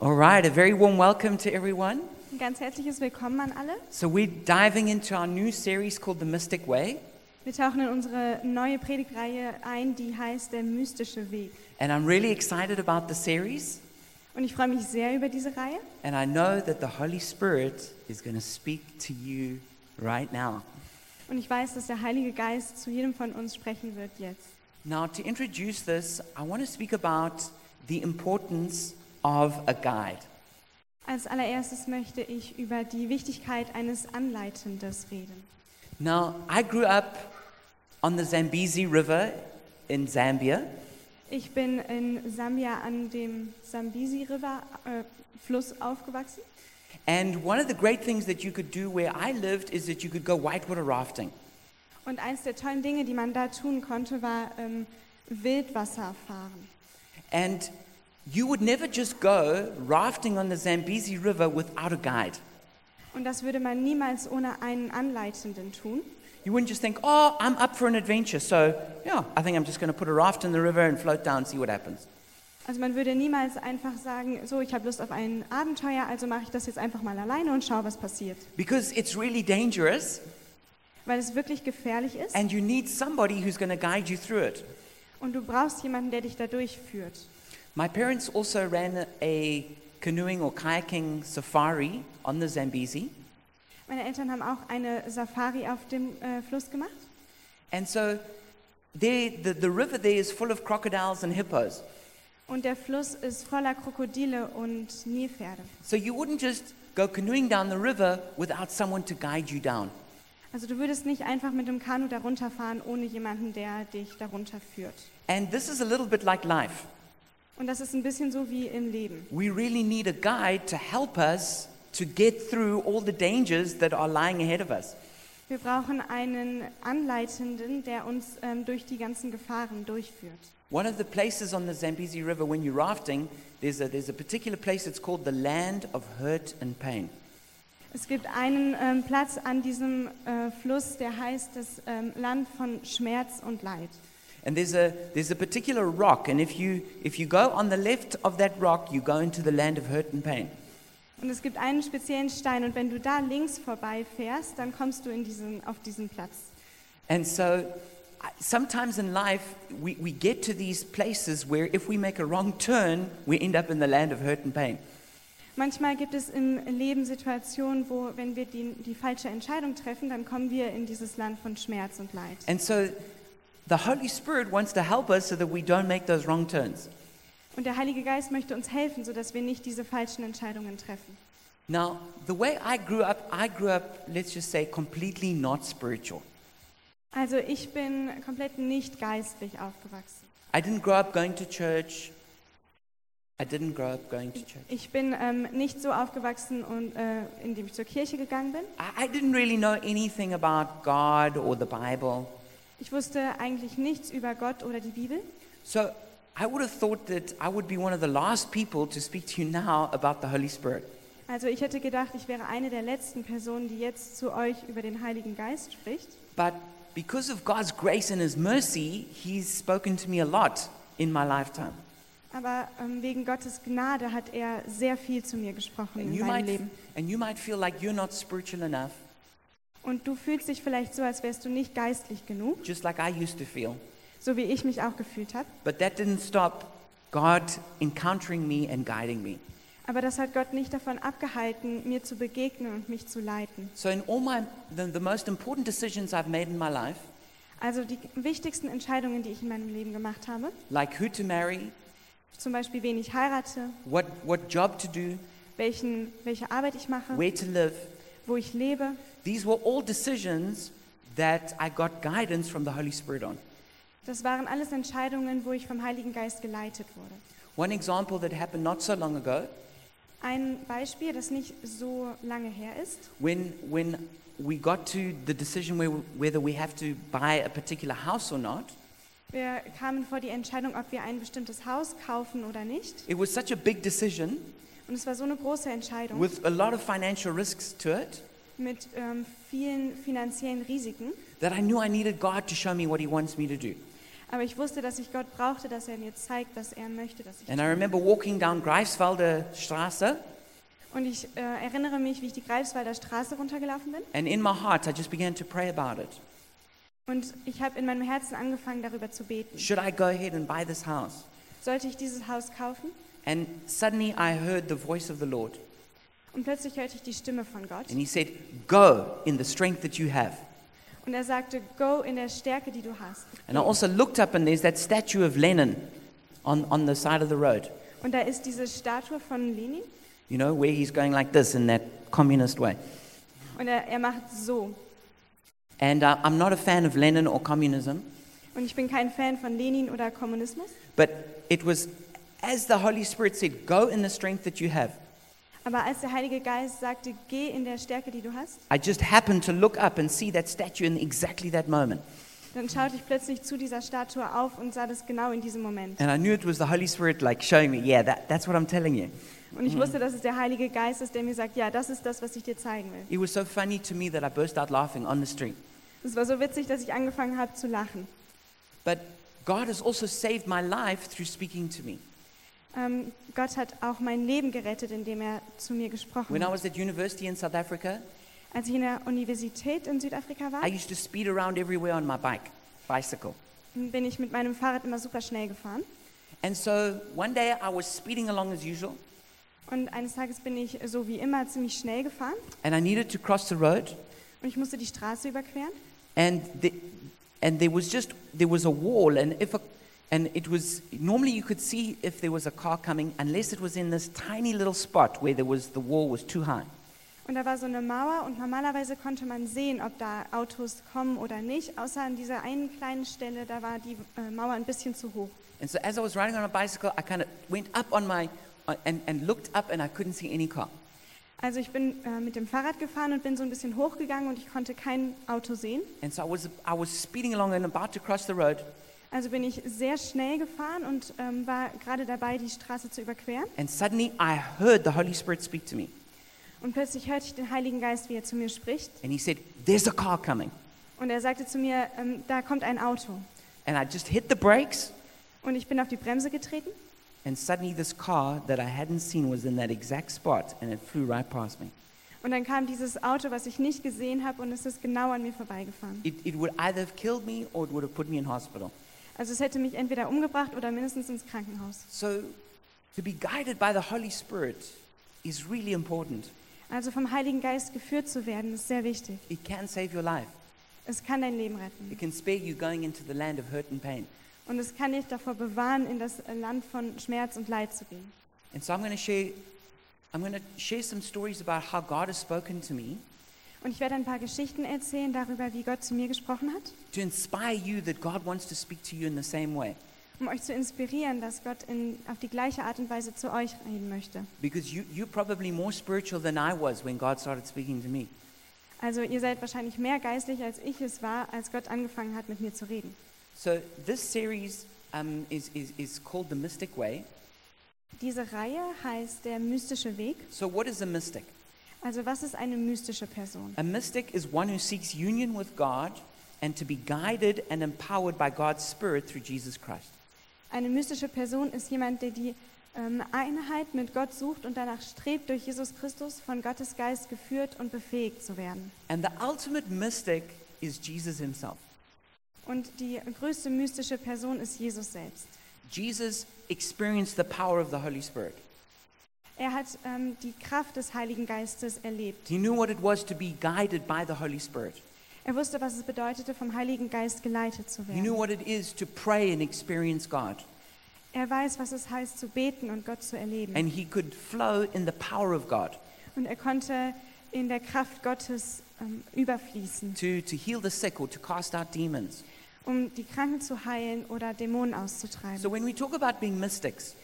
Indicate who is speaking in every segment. Speaker 1: All right, a very warm welcome to everyone.
Speaker 2: Ein ganz herzliches Willkommen an alle.
Speaker 1: So, we're diving into our new series called The Mystic Way,
Speaker 2: Wir tauchen in unsere neue Predigtreihe ein, die heißt Der mystische Weg.
Speaker 1: and I'm really excited about the series.
Speaker 2: Und ich freue mich sehr über diese Reihe.
Speaker 1: And I know that the Holy Spirit is going to speak to you right now.
Speaker 2: Und ich weiß, dass der Heilige Geist zu jedem von uns sprechen wird jetzt.
Speaker 1: Now, to introduce this, I want to speak about the importance of a guide.
Speaker 2: Als allererstes möchte ich über die Wichtigkeit eines Anleitendes reden.
Speaker 1: Now, I grew up on the Zambezi River in Zambia,
Speaker 2: Ich bin in Sambia an dem Sambisi River äh, Fluss aufgewachsen.
Speaker 1: and one of the great things that you could do where I lived is that you could go whitewater rafting.
Speaker 2: Und eins der tollen Dinge, die man da tun konnte, war ähm, Wildwasser fahren.
Speaker 1: And you would never just go rafting on the Zambezi River without a guide.
Speaker 2: Und das würde man niemals ohne einen Anleitenden tun.
Speaker 1: You wouldn't just think, oh, I'm up for an adventure, so yeah, I think I'm just going to put a raft in the river and float down and see what happens.
Speaker 2: Also man würde niemals einfach sagen, so, ich habe Lust auf ein Abenteuer, also mache ich das jetzt einfach mal alleine und schaue, was passiert.
Speaker 1: Because it's really dangerous,
Speaker 2: Weil es wirklich gefährlich ist
Speaker 1: and you need somebody who's going to guide you through it.
Speaker 2: und du brauchst jemanden, der dich da durchführt.
Speaker 1: My parents also ran a canoeing or kayaking safari on the Zambezi.
Speaker 2: Meine Eltern haben auch eine Safari auf dem äh, Fluss gemacht.
Speaker 1: And so there, the, the river there is full of crocodiles and hippos.
Speaker 2: Und der Fluss ist voller Krokodile und Nilpferde.
Speaker 1: So you wouldn't just go canoeing down the river without someone to guide you down.
Speaker 2: Also du würdest nicht einfach mit dem Kanu darunter fahren, ohne jemanden, der dich darunter führt.
Speaker 1: And this is a little bit like life.
Speaker 2: Und das ist ein bisschen so wie im Leben.
Speaker 1: We really need a guide to help us to get through all the dangers that are lying ahead of us.
Speaker 2: Wir brauchen einen Anleitenden, der uns ähm, durch die ganzen Gefahren durchführt.
Speaker 1: One of the places on the Zambezi River when you're rafting, there's a, there's a particular place, it's called the land of hurt and pain.
Speaker 2: Es gibt einen ähm, Platz an diesem äh, Fluss, der heißt das ähm, Land von Schmerz und Leid.
Speaker 1: And there's a, there's a particular rock, and if you, if you go on the left of that rock, you go into the land of hurt and pain.
Speaker 2: Und es gibt einen speziellen Stein und wenn du da links vorbeifährst, dann kommst du in diesen, auf diesen Platz.
Speaker 1: And so I- sometimes in life, we, we get to these places where if we make a wrong turn, we end up in the land of hurt and pain.
Speaker 2: Manchmal gibt es im Leben Situationen, wo, wenn wir die, die falsche Entscheidung treffen, dann kommen wir in dieses Land von Schmerz und Leid.
Speaker 1: And so the Holy Spirit wants to help us so that we don't make those wrong turns.
Speaker 2: Und der Heilige Geist möchte uns helfen, sodass wir nicht diese falschen Entscheidungen treffen.
Speaker 1: Now, the way I grew up, I grew up, let's just say, completely not spiritual.
Speaker 2: Also ich bin komplett nicht geistlich aufgewachsen.
Speaker 1: I didn't grow up going to church. I didn't grow up going to church.
Speaker 2: Ich bin ähm, nicht so aufgewachsen, und, äh, indem ich zur Kirche gegangen bin.
Speaker 1: I, I didn't really know anything about God or the Bible.
Speaker 2: Ich wusste eigentlich nichts über Gott oder die Bibel.
Speaker 1: So I would have thought that I would be one of the last people to speak to you now about the Holy Spirit.
Speaker 2: Also ich hätte gedacht, ich wäre eine der letzten Personen, die jetzt zu euch über den Heiligen Geist spricht.
Speaker 1: But because of God's grace and His mercy, He's spoken to me a lot in my lifetime.
Speaker 2: Aber ähm, wegen Gottes Gnade hat er sehr viel zu mir gesprochen
Speaker 1: And
Speaker 2: in
Speaker 1: you, might,
Speaker 2: meinem Leben.
Speaker 1: and you might feel like you're not spiritual enough,
Speaker 2: Und du fühlst dich vielleicht so, als wärst du nicht geistlich genug,
Speaker 1: just like I used to feel.
Speaker 2: so wie ich mich auch gefühlt habe.
Speaker 1: But that didn't stop God encountering me and guiding me.
Speaker 2: Aber das hat Gott nicht davon abgehalten, mir zu begegnen und mich zu leiten.
Speaker 1: So in all my, the, the most important decisions I've made in my life,
Speaker 2: Also die wichtigsten Entscheidungen, die ich in meinem Leben gemacht habe,
Speaker 1: like who to marry,
Speaker 2: zum Beispiel wen ich heirate,
Speaker 1: what, what job to do,
Speaker 2: welchen, welche Arbeit ich mache,
Speaker 1: where to live,
Speaker 2: wo ich lebe,
Speaker 1: These were all decisions that I got guidance from the Holy Spirit on.
Speaker 2: das waren alles Entscheidungen, wo ich vom Heiligen Geist geleitet wurde.
Speaker 1: One example that happened not so long ago,
Speaker 2: Ein Beispiel, das nicht so lange her ist,
Speaker 1: when, when we got to the decision where, whether we have to buy a particular house or not,
Speaker 2: wir kamen vor die Entscheidung, ob wir ein bestimmtes Haus kaufen oder nicht.
Speaker 1: it was such a big decision
Speaker 2: Und es war so eine große Entscheidung
Speaker 1: with a lot of financial risks to it
Speaker 2: mit ähm, vielen finanziellen Risiken.
Speaker 1: that I knew I needed God to show me what He wants me to do.
Speaker 2: Aber ich wusste, dass ich Gott brauchte, dass er mir zeigt, was er möchte, dass ich
Speaker 1: And I remember walking down Greifswalder Straße,
Speaker 2: Und ich äh, erinnere mich, wie ich die Greifswalder Straße runtergelaufen bin.
Speaker 1: and in my heart, I just began to pray about it.
Speaker 2: Und ich habe in meinem Herzen angefangen, darüber zu beten.
Speaker 1: Should I go ahead and buy this house?
Speaker 2: Sollte ich dieses Haus kaufen?
Speaker 1: And suddenly I heard the voice of the Lord,
Speaker 2: Und plötzlich hörte ich die Stimme von Gott.
Speaker 1: and He said, Go in the strength that you have.
Speaker 2: Und er sagte, go in der Stärke, die du hast.
Speaker 1: And I also looked up, and there's that statue of Lenin on, on the side of the road,
Speaker 2: Und da ist diese Statue von Lenin.
Speaker 1: you know, where he's going like this in that communist way.
Speaker 2: Und er, er macht so.
Speaker 1: And uh, I'm not a fan of Lenin or communism,
Speaker 2: Und ich bin kein Fan von Lenin oder Kommunismus.
Speaker 1: but it was as the Holy Spirit said, Go in the strength that you have.
Speaker 2: Aber als der Heilige Geist sagte, geh in der Stärke, die du hast,
Speaker 1: I just happened to look up and see that statue in exactly that moment.
Speaker 2: dann schaute ich plötzlich zu dieser Statue auf und sah das genau in diesem Moment.
Speaker 1: And I knew it was the Holy Spirit like showing me, yeah, that, that's what I'm telling you.
Speaker 2: Und ich wusste, dass es der Heilige Geist ist, der mir sagt, ja, das ist das, was ich dir zeigen will.
Speaker 1: It was so funny to me that I burst out laughing on the street.
Speaker 2: Es war so witzig, dass ich angefangen habe zu lachen.
Speaker 1: But God has also saved my life through speaking to me.
Speaker 2: Ähm, Gott hat auch mein Leben gerettet, indem er zu mir
Speaker 1: When
Speaker 2: gesprochen
Speaker 1: I
Speaker 2: hat.
Speaker 1: was at university in South Africa,
Speaker 2: Als ich in der Universität in Südafrika war,
Speaker 1: I used to speed around everywhere on my bike, bicycle.
Speaker 2: bin ich mit meinem Fahrrad immer super schnell gefahren.
Speaker 1: And so one day I was speeding along as usual,
Speaker 2: Und eines Tages bin ich so wie immer ziemlich schnell gefahren
Speaker 1: and I needed to cross the road,
Speaker 2: und ich musste die Straße überqueren.
Speaker 1: and the, and there was just there was a wall, and if a, and it was normally you could see if there was a car coming, unless it was in this tiny little spot where there was the wall was too high.
Speaker 2: Und da war so eine Mauer und normalerweise konnte man sehen, ob da Autos kommen oder nicht, außer an dieser einen kleinen Stelle, da war die äh, Mauer ein bisschen zu hoch.
Speaker 1: And so as I was riding on a bicycle, I kind of went up on my uh, and, and looked up, and I couldn't see any car.
Speaker 2: Also ich bin äh, mit dem Fahrrad gefahren und bin so ein bisschen hochgegangen und ich konnte kein Auto sehen.
Speaker 1: And so I was I was speeding along and about to cross the road,
Speaker 2: Also bin ich sehr schnell gefahren und ähm, war gerade dabei, die Straße zu überqueren.
Speaker 1: and suddenly I heard the Holy Spirit speak to me.
Speaker 2: Und plötzlich hörte ich den Heiligen Geist, wie er zu mir spricht.
Speaker 1: And he said, There's a car coming.
Speaker 2: Und er sagte zu mir, ähm, da kommt ein Auto.
Speaker 1: And I just hit the brakes,
Speaker 2: Und ich bin auf die Bremse getreten
Speaker 1: and suddenly this car that I hadn't seen was in that exact spot, and it flew right past me.
Speaker 2: und dann kam dieses Auto, was ich nicht gesehen habe, und es ist genau an mir vorbeigefahren.
Speaker 1: It, it would either have killed me or it would have put me in hospital.
Speaker 2: Also es hätte mich entweder umgebracht oder mindestens ins Krankenhaus.
Speaker 1: So to be guided by the Holy Spirit is really important.
Speaker 2: Also vom Heiligen Geist geführt zu werden, ist sehr wichtig.
Speaker 1: It can save your life,
Speaker 2: Es kann dein Leben retten.
Speaker 1: it can spare you going into the land of hurt and pain.
Speaker 2: Und es kann dich davor bewahren, in das Land von Schmerz und Leid zu gehen.
Speaker 1: And so I'm going to share. I'm going to share some stories about how God has spoken to me
Speaker 2: Und ich werde ein paar Geschichten erzählen darüber, wie Gott zu mir gesprochen hat,
Speaker 1: to inspire you that God wants to speak to you in the same way.
Speaker 2: um euch zu inspirieren, dass Gott in, auf die gleiche Art und Weise zu euch reden möchte.
Speaker 1: Because you, you're probably more spiritual than I was when God started speaking to me.
Speaker 2: Also ihr seid wahrscheinlich mehr geistlich, als ich es war, als Gott angefangen hat, mit mir zu reden.
Speaker 1: So this series um, is, is, is called The Mystic Way.
Speaker 2: Diese Reihe heißt der mystische Weg.
Speaker 1: So what is a mystic?
Speaker 2: Also was ist eine mystische Person?
Speaker 1: A mystic is one who seeks union with God and to be guided and empowered by God's Spirit through Jesus Christ.
Speaker 2: Eine mystische Person ist jemand, der die ähm, Einheit mit Gott sucht und danach strebt, durch Jesus Christus von Gottes Geist geführt und befähigt zu werden.
Speaker 1: And the ultimate mystic is Jesus himself.
Speaker 2: Und die größte mystische Person ist Jesus selbst.
Speaker 1: Jesus experienced the power of the Holy Spirit.
Speaker 2: Er hat ähm, die Kraft des Heiligen Geistes erlebt.
Speaker 1: He knew what it was to be guided by the Holy Spirit.
Speaker 2: Er wusste, was es bedeutete, vom Heiligen Geist geleitet zu
Speaker 1: He knew
Speaker 2: werden.
Speaker 1: what it is to pray and experience God.
Speaker 2: Er weiß, was es heißt, zu beten und Gott zu erleben.
Speaker 1: and he could flow in the power of God
Speaker 2: Und er konnte in der Kraft Gottes ähm, überfließen,
Speaker 1: to, to heal the sick or to cast out demons.
Speaker 2: um die Kranken zu heilen oder Dämonen
Speaker 1: So
Speaker 2: auszutreiben.
Speaker 1: when we talk about being mystics,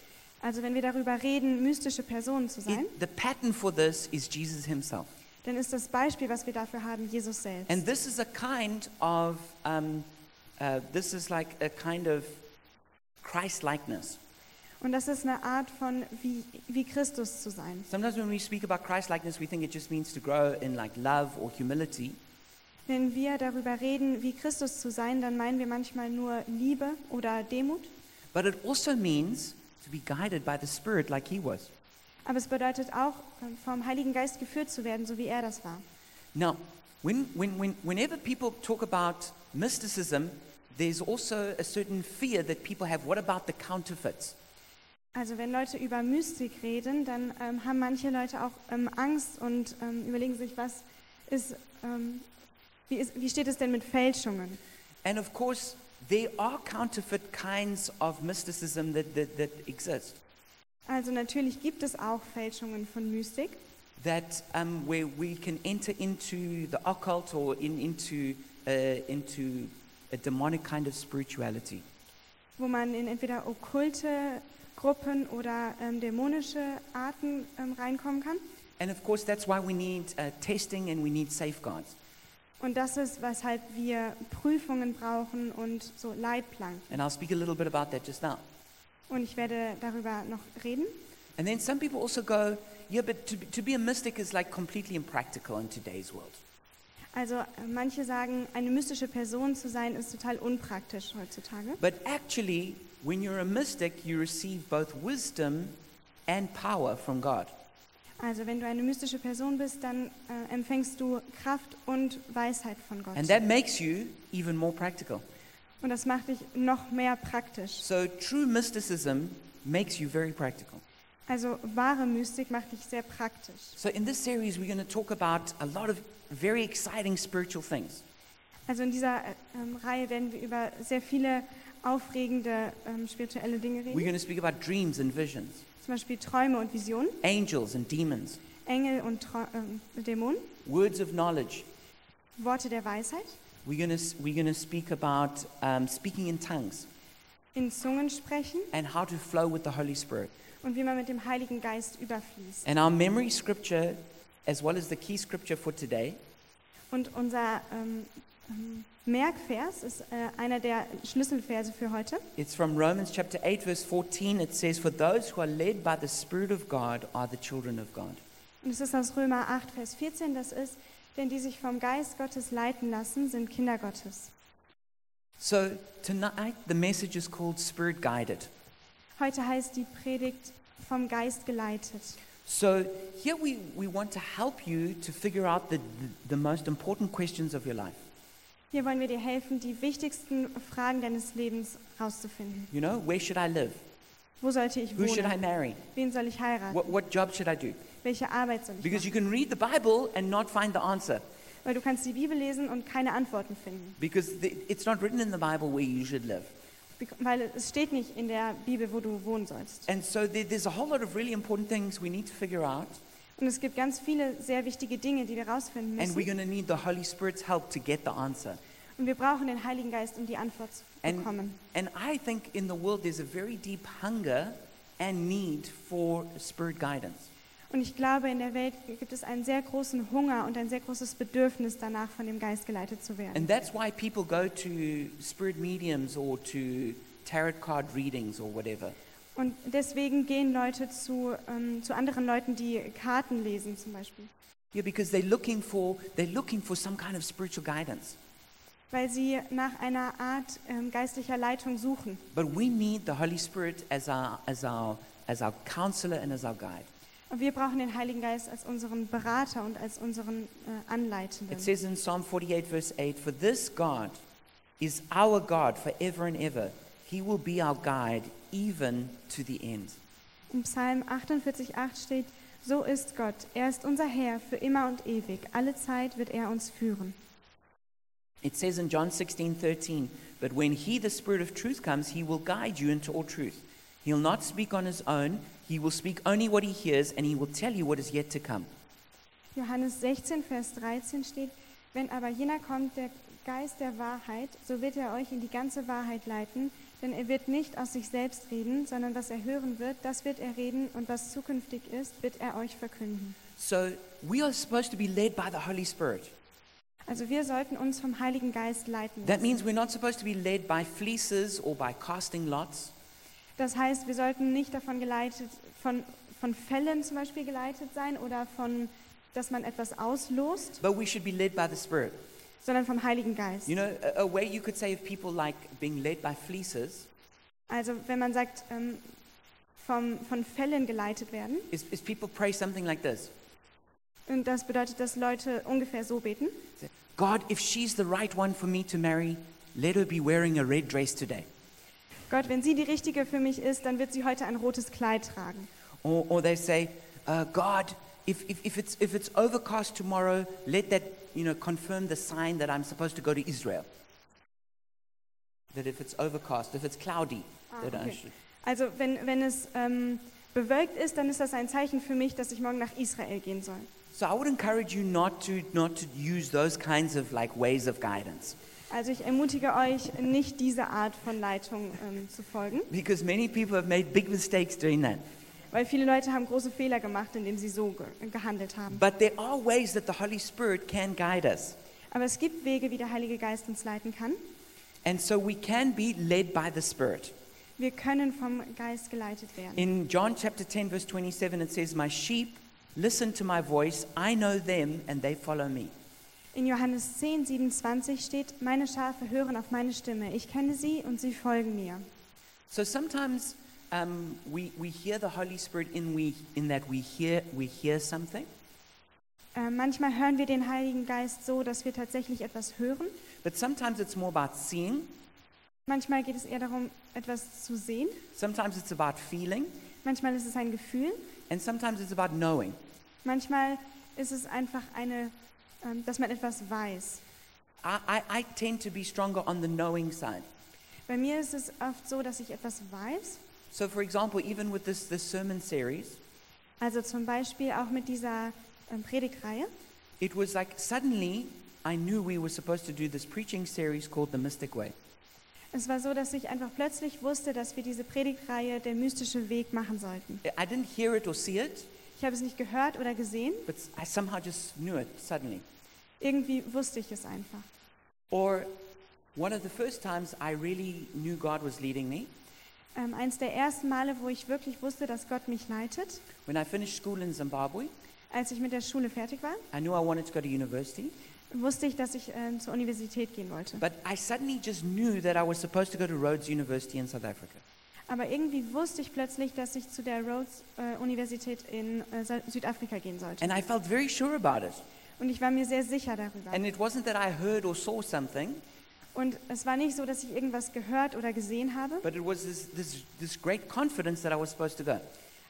Speaker 2: Also wenn wir darüber reden, mystische Personen zu sein,
Speaker 1: it, the pattern for this is Jesus himself.
Speaker 2: dann ist das Beispiel, was wir dafür haben, Jesus selbst.
Speaker 1: And this is a kind of, um, uh, this is like a kind of Christ-likeness.
Speaker 2: Und das ist eine Art von, wie, wie Christus zu sein.
Speaker 1: Sometimes when we speak about Christ-likeness, we think it just means to grow in like love or humility.
Speaker 2: Wenn wir darüber reden, wie Christus zu sein, dann meinen wir manchmal nur Liebe oder Demut.
Speaker 1: But it also means to be guided by the Spirit like he was.
Speaker 2: Aber es bedeutet auch, ähm, vom Heiligen Geist geführt zu werden, so wie er das war.
Speaker 1: Now, when, when, when, whenever people talk about mysticism, there's also a certain fear that people have what about the counterfeits?
Speaker 2: Also wenn Leute über Mystik reden, dann ähm, haben manche Leute auch ähm, Angst und ähm, überlegen sich, was ist, ähm, wie, ist, wie steht es denn mit Fälschungen?
Speaker 1: And of course, there are counterfeit kinds of mysticism that, that, that exist.
Speaker 2: Also natürlich gibt es auch Fälschungen von Mystik,
Speaker 1: that um, where we can enter into the occult or in, into, uh, into a demonic kind of spirituality.
Speaker 2: wo man in entweder okkulte Gruppen oder ähm, dämonische Arten ähm, reinkommen kann.
Speaker 1: And of course, that's why we need uh, testing and we need safeguards.
Speaker 2: Und das ist, weshalb wir Prüfungen brauchen und so Leitplanken.
Speaker 1: And I'll speak a little bit about that just now.
Speaker 2: Und ich werde darüber noch reden.
Speaker 1: And then some people also go, yeah, but to, to be a mystic is like completely impractical in today's world.
Speaker 2: Also äh, manche sagen, eine mystische Person zu sein, ist total unpraktisch heutzutage.
Speaker 1: But actually, when you're a mystic, you receive both wisdom and power from God.
Speaker 2: Also wenn du eine mystische Person bist, dann äh, empfängst du Kraft und Weisheit von Gott.
Speaker 1: And that makes you even more practical.
Speaker 2: Und das macht dich noch mehr praktisch.
Speaker 1: So true mysticism makes you very practical.
Speaker 2: Also wahre Mystik macht dich sehr praktisch.
Speaker 1: So in this series, we're going to talk about a lot of very exciting spiritual things.
Speaker 2: Also in dieser äh, ähm, Reihe werden wir über sehr viele aufregende ähm, spirituelle Dinge
Speaker 1: We're
Speaker 2: reden.
Speaker 1: going to speak about dreams and visions,
Speaker 2: Zum Beispiel Träume und Visionen,
Speaker 1: angels and demons,
Speaker 2: Engel und Trau ähm, Dämonen,
Speaker 1: words of knowledge.
Speaker 2: Worte der Weisheit,
Speaker 1: We're going to, we're going to speak about um, speaking in tongues
Speaker 2: in Zungen sprechen
Speaker 1: and how to flow with the Holy Spirit.
Speaker 2: und wie man mit dem Heiligen Geist überfließt.
Speaker 1: And our memory scripture, as well as the key scripture for today,
Speaker 2: Und unser ähm, ähm, Merkvers ist äh, einer der Schlüsselverse für heute.
Speaker 1: It's from Romans chapter 8, verse 14. It says, For those who are led by the Spirit of God are the children of God.
Speaker 2: Und es ist aus Römer 8, Vers 14, das ist, denn die sich vom Geist Gottes leiten lassen, sind Kinder Gottes.
Speaker 1: So tonight, the message is called Spirit Guided.
Speaker 2: Heute heißt die Predigt vom Geist geleitet.
Speaker 1: So here we, we want to help you to figure out the, the, the most important questions of your life.
Speaker 2: Hier wollen wir dir helfen, die wichtigsten Fragen deines Lebens herauszufinden.
Speaker 1: You know, where should I live?
Speaker 2: Wo sollte ich
Speaker 1: Who should I
Speaker 2: wohnen?
Speaker 1: marry?
Speaker 2: Wen soll ich heiraten?
Speaker 1: What, what job should I do?
Speaker 2: Welche Arbeit soll ich
Speaker 1: Because
Speaker 2: machen?
Speaker 1: you can read the Bible and not find the answer.
Speaker 2: Weil du kannst die Bibel lesen und keine Antworten finden.
Speaker 1: Because the, it's not written in the Bible where you should live.
Speaker 2: Bek- Weil es steht nicht in der Bibel, wo du wohnen sollst.
Speaker 1: And so there, there's a whole lot of really important things we need to figure out.
Speaker 2: Und es gibt ganz viele sehr wichtige Dinge, die wir herausfinden
Speaker 1: And we're
Speaker 2: müssen.
Speaker 1: going to need the Holy Spirit's help to get the answer.
Speaker 2: Und wir brauchen den Heiligen Geist, um die Antwort zu
Speaker 1: And-
Speaker 2: bekommen.
Speaker 1: And I think in the world there's a very deep hunger and need for spirit guidance.
Speaker 2: Und ich glaube, in der Welt gibt es einen sehr großen Hunger und ein sehr großes Bedürfnis danach, von dem Geist geleitet zu werden.
Speaker 1: And that's why people go to spirit mediums or to tarot card readings or whatever.
Speaker 2: Und deswegen gehen Leute zu, ähm, zu anderen Leuten, die Karten lesen zum Beispiel,
Speaker 1: Yeah, because they're looking for they're looking for some kind of spiritual guidance.
Speaker 2: weil sie nach einer Art ähm, geistlicher Leitung suchen.
Speaker 1: But we need the Holy Spirit as our as our as our counselor and as our guide.
Speaker 2: Und wir brauchen den Heiligen Geist als unseren Berater und als unseren äh, Anleitenden.
Speaker 1: It says in Psalm 48, verse 8 For this God is our God forever and ever. He will be our guide even to the end.
Speaker 2: Im Psalm 48,8 steht, so ist Gott, er ist unser Herr für immer und ewig, alle Zeit wird er uns führen.
Speaker 1: It says in John 16, 13 But when He, the Spirit of truth, comes, He will guide you into all truth. He'll not speak on His own, He will speak only what He hears, and He will tell you what is yet to come.
Speaker 2: Johannes 16, Vers 13 steht, wenn aber jener kommt, der Geist der Wahrheit, so wird er euch in die ganze Wahrheit leiten, denn er wird nicht aus sich selbst reden, sondern was er hören wird, das wird er reden und was zukünftig ist, wird er euch verkünden.
Speaker 1: So we are supposed to be led by the Holy Spirit.
Speaker 2: Also wir sollten uns vom Heiligen Geist leiten
Speaker 1: That
Speaker 2: lassen.
Speaker 1: means we're not supposed to be led by fleeces or by casting lots.
Speaker 2: Das heißt, wir sollten nicht davon geleitet, von, von Fällen zum Beispiel geleitet sein oder von, dass man etwas auslost,
Speaker 1: But we should be led by the Spirit.
Speaker 2: sondern vom Heiligen Geist.
Speaker 1: You know, a, a way you could say of people like being led by fleeces
Speaker 2: Also wenn man sagt, ähm, vom, von Fällen geleitet werden,
Speaker 1: is, is people pray something like this
Speaker 2: und das bedeutet, dass Leute ungefähr so beten,
Speaker 1: Say, God, if she's the right one for me to marry, let her be wearing a red dress today.
Speaker 2: Gott, wenn sie die Richtige für mich ist, dann wird sie heute ein rotes Kleid tragen.
Speaker 1: Or, or they say, uh, God, if, if, if, it's, if it's overcast tomorrow, let that you know, confirm the sign that I'm supposed to go to Israel. That if it's overcast, if it's cloudy, that I
Speaker 2: Ah, okay.
Speaker 1: should.
Speaker 2: Also wenn, wenn es ähm, bewölkt ist, dann ist das ein Zeichen für mich, dass ich morgen nach Israel gehen soll.
Speaker 1: So I would encourage you not to, not to use those kinds of like ways of guidance.
Speaker 2: Also ich ermutige euch, nicht diese Art von Leitung ähm, zu folgen,
Speaker 1: Because many people have made big mistakes doing that.
Speaker 2: weil viele Leute haben große Fehler gemacht, indem sie so ge gehandelt haben.
Speaker 1: But there are ways that the Holy Spirit can guide us.
Speaker 2: Aber es gibt Wege, wie der Heilige Geist uns leiten kann.
Speaker 1: And so we can be led by the Spirit.
Speaker 2: Wir können vom Geist geleitet werden.
Speaker 1: In John chapter 10, verse 27, it says, My sheep listen to my voice, I know them, and they follow me.
Speaker 2: In Johannes 10, 27 steht, meine Schafe hören auf meine Stimme, ich kenne sie und sie folgen mir.
Speaker 1: So sometimes um, we, we hear the Holy Spirit in, we, in that we hear, we hear something,
Speaker 2: Äh, manchmal hören wir den Heiligen Geist so, dass wir tatsächlich etwas hören.
Speaker 1: but sometimes it's more about seeing,
Speaker 2: Manchmal geht es eher darum, etwas zu sehen.
Speaker 1: sometimes it's about feeling,
Speaker 2: Manchmal ist es ein Gefühl.
Speaker 1: and sometimes it's about knowing.
Speaker 2: Manchmal ist es einfach eine, ähm, dass man etwas weiß.
Speaker 1: I, I, I tend to be stronger on the knowing side.
Speaker 2: Bei mir ist es oft so, dass ich etwas weiß.
Speaker 1: So, for example, even with this, this sermon series,
Speaker 2: Also zum Beispiel auch mit dieser ähm, Predigtreihe.
Speaker 1: it was like suddenly I knew we were supposed to do this preaching series called The Mystic Way.
Speaker 2: Es war so, dass ich einfach plötzlich wusste, dass wir diese Predigtreihe Der mystische Weg machen sollten.
Speaker 1: I didn't hear it or see it,
Speaker 2: Ich habe es nicht gehört oder gesehen.
Speaker 1: but I somehow just knew it suddenly.
Speaker 2: Irgendwie wusste ich es einfach.
Speaker 1: Or one of the first times I really knew God was leading me,
Speaker 2: Ähm, eins der ersten Male, wo ich wirklich wusste, dass Gott mich leitet,
Speaker 1: when I finished school in Zimbabwe,
Speaker 2: als ich mit der Schule fertig war,
Speaker 1: I knew I wanted to go to university,
Speaker 2: wusste ich, dass ich ähm, zur Universität gehen wollte.
Speaker 1: but I suddenly just knew that I was supposed to go to Rhodes University in South Africa.
Speaker 2: Aber irgendwie wusste ich plötzlich, dass ich zu der Rhodes äh, Universität in äh, Sa- Südafrika gehen sollte.
Speaker 1: And I felt very sure about it.
Speaker 2: Und ich war mir sehr sicher darüber.
Speaker 1: And it wasn't that I heard or saw something,
Speaker 2: Und es war nicht so, dass ich irgendwas gehört oder gesehen habe,
Speaker 1: but it was this, this, this great confidence that I was supposed to go.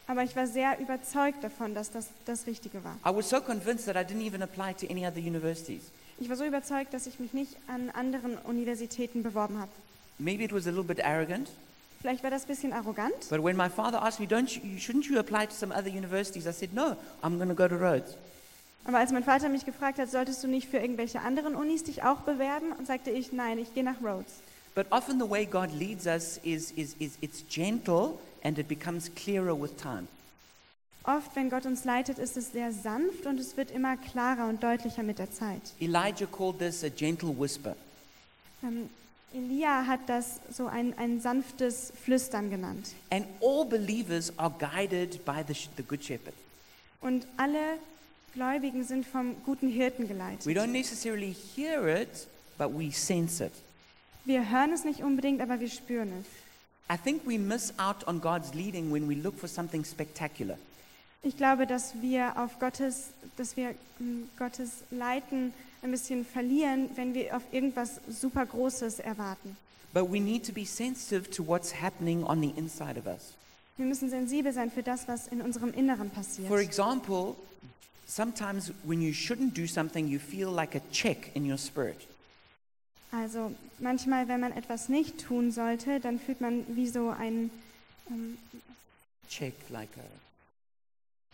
Speaker 2: aber ich war sehr überzeugt davon, dass das das Richtige war.
Speaker 1: I was so convinced that I didn't even apply to any other universities.
Speaker 2: Ich war so überzeugt, dass ich mich nicht an anderen Universitäten beworben habe.
Speaker 1: Maybe it was a little bit arrogant,
Speaker 2: Vielleicht war das ein bisschen arrogant,
Speaker 1: But when my father asked me, "Don't you, shouldn't you apply to some other universities?" I said, "No, I'm going to go to Rhodes."
Speaker 2: aber als mein Vater mich gefragt hat, solltest du nicht für irgendwelche anderen Unis dich auch bewerben, sagte ich, nein, ich gehe nach Rhodes.
Speaker 1: But often the way God leads us is, is, is it's gentle and it becomes clearer with time.
Speaker 2: Oft, wenn Gott uns leitet, ist es sehr sanft und es wird immer klarer und deutlicher mit der Zeit.
Speaker 1: Elijah called this a gentle whisper.
Speaker 2: Ähm, Elia hat das so ein, ein sanftes Flüstern genannt.
Speaker 1: And all believers are guided by the, sh- the Good Shepherd.
Speaker 2: Und alle Gläubigen sind vom guten Hirten
Speaker 1: We
Speaker 2: geleitet.
Speaker 1: don't necessarily hear it, but we sense it.
Speaker 2: Wir hören es nicht unbedingt, aber wir spüren es.
Speaker 1: I think we miss out on God's leading when we look for something spectacular.
Speaker 2: Ich glaube, dass wir auf Gottes, dass wir mm, Gottes Leiten ein bisschen verlieren, wenn wir auf irgendwas super Großes erwarten.
Speaker 1: But we need to be sensitive to what's happening on the inside of us.
Speaker 2: Wir müssen sensibel sein für das, was in unserem Inneren passiert.
Speaker 1: For example, sometimes when you shouldn't do something, you feel like a check in your spirit.
Speaker 2: Also manchmal, wenn man etwas nicht tun sollte, dann fühlt man wie so ein, ähm,
Speaker 1: Check, like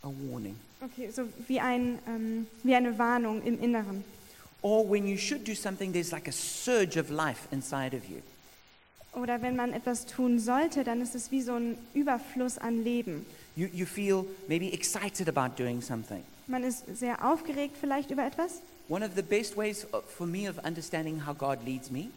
Speaker 1: a, a warning.
Speaker 2: okay, so wie ein, ähm, wie eine Warnung im Inneren.
Speaker 1: Or when you should do something, there's like a surge of life inside of you.
Speaker 2: Oder wenn man etwas tun sollte, dann ist es wie so ein Überfluss an Leben.
Speaker 1: You, you feel maybe excited about doing something.
Speaker 2: Man ist sehr aufgeregt vielleicht über etwas.
Speaker 1: One of the best ways uh, for me of understanding how God leads me,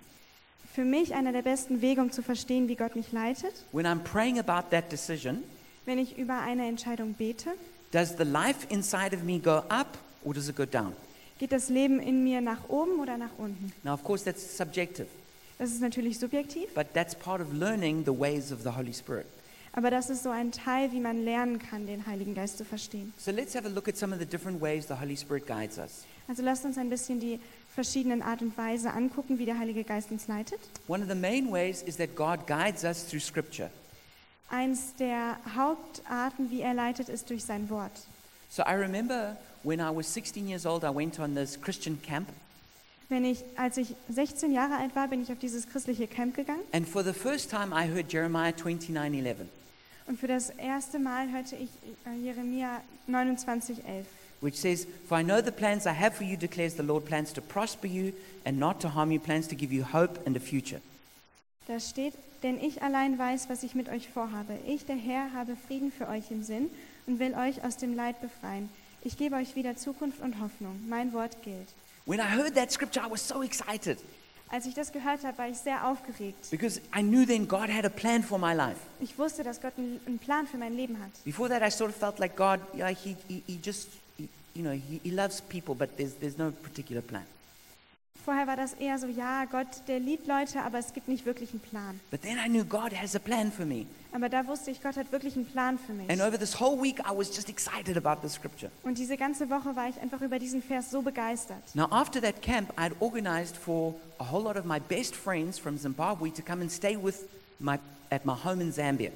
Speaker 2: Für mich einer der besten Wege, um zu verstehen, wie Gott mich leitet,
Speaker 1: when I'm praying about that decision,
Speaker 2: wenn ich über eine Entscheidung bete,
Speaker 1: does the life inside of me go up or does it go down?
Speaker 2: Geht das Leben in mir nach oben oder nach unten?
Speaker 1: Now, of course, that's subjective,
Speaker 2: Das ist natürlich subjektiv,
Speaker 1: but that's part of learning the ways of the Holy Spirit.
Speaker 2: aber das ist so ein Teil, wie man lernen kann, den Heiligen Geist zu verstehen.
Speaker 1: So let's have a look at some of the different ways the Holy Spirit guides us.
Speaker 2: Also lasst uns ein bisschen die verschiedenen Art und Weise angucken, wie der Heilige Geist uns leitet.
Speaker 1: One of the main ways is that God guides us through Scripture.
Speaker 2: Eins der Hauptarten, wie er leitet, ist durch sein Wort.
Speaker 1: So I remember when I was 16 years old, I went on this Christian camp,
Speaker 2: Wenn ich, als ich 16 Jahre alt war, bin ich auf dieses christliche Camp gegangen
Speaker 1: and for the first time I heard Jeremiah 29:11.
Speaker 2: und für das erste Mal hörte ich äh, Jeremia 29,11.
Speaker 1: which says, For I know the plans I have for you, declares the Lord, plans to prosper you and not to harm you, plans to give you hope and a future.
Speaker 2: Da steht, denn ich allein weiß, was ich mit euch vorhabe. Ich, der Herr, habe Frieden für euch im Sinn und will euch aus dem Leid befreien. Ich gebe euch wieder Zukunft und Hoffnung. Mein Wort gilt.
Speaker 1: When I heard that scripture, I was so excited
Speaker 2: Als ich das gehört habe, war ich sehr aufgeregt.
Speaker 1: because I knew then God had a plan for my life.
Speaker 2: Ich wusste, dass Gott einen einen Plan für mein Leben hat.
Speaker 1: Before that, I sort of felt like God, yeah, he, he, he just, he, you know, he, he loves people, but there's, there's no particular plan.
Speaker 2: Vorher war das eher so, ja, Gott, der liebt Leute, aber es gibt nicht wirklich einen Plan.
Speaker 1: But then I knew God has a plan for me.
Speaker 2: Aber da wusste ich, Gott hat wirklich einen Plan für mich.
Speaker 1: And over this whole week, I was just excited about the scripture.
Speaker 2: Und diese ganze Woche war ich einfach über diesen Vers so begeistert.
Speaker 1: Now, after that camp, I'd organized for a whole lot of my best friends from Zimbabwe to come and stay with my, at my home in Zambia.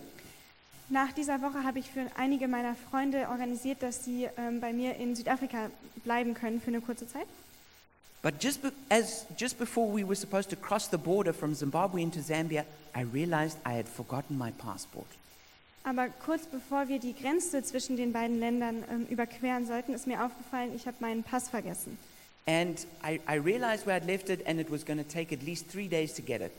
Speaker 2: Nach dieser Woche habe ich für einige meiner Freunde organisiert, dass sie ähm, bei mir in Südafrika bleiben können für eine kurze Zeit.
Speaker 1: But just, be- as, just before we were supposed to cross the border from Zimbabwe into Zambia, I realized I had forgotten my passport.
Speaker 2: Aber kurz bevor wir die Grenze zwischen den beiden Ländern ähm, überqueren sollten, ist mir aufgefallen, ich habe meinen Pass vergessen.
Speaker 1: And I, I realized where I'd left it, and it was going to take at least three days to get it.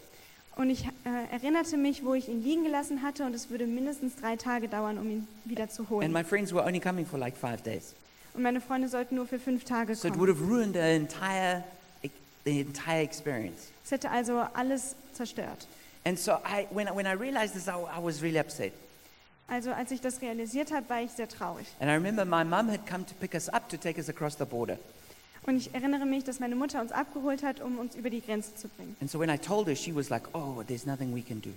Speaker 2: Und ich äh, erinnerte mich, wo ich ihn liegen gelassen hatte und es würde mindestens drei Tage dauern, um ihn wieder zu
Speaker 1: And
Speaker 2: holen.
Speaker 1: my friends were only coming for like five days.
Speaker 2: Und meine Freunde sollten nur für fünf Tage
Speaker 1: So it would
Speaker 2: kommen.
Speaker 1: have ruined the entire, e, the entire experience.
Speaker 2: Es hätte also alles zerstört.
Speaker 1: And so I, when, I, when I realized this, I, I was really upset.
Speaker 2: Also als ich das realisiert habe, war ich sehr traurig.
Speaker 1: And I remember my mum had come to pick us up to take us across the border.
Speaker 2: Und ich erinnere mich, dass meine Mutter uns abgeholt hat, um uns über die Grenze zu bringen.
Speaker 1: And so when I told her, she was like, oh, there's nothing we can do.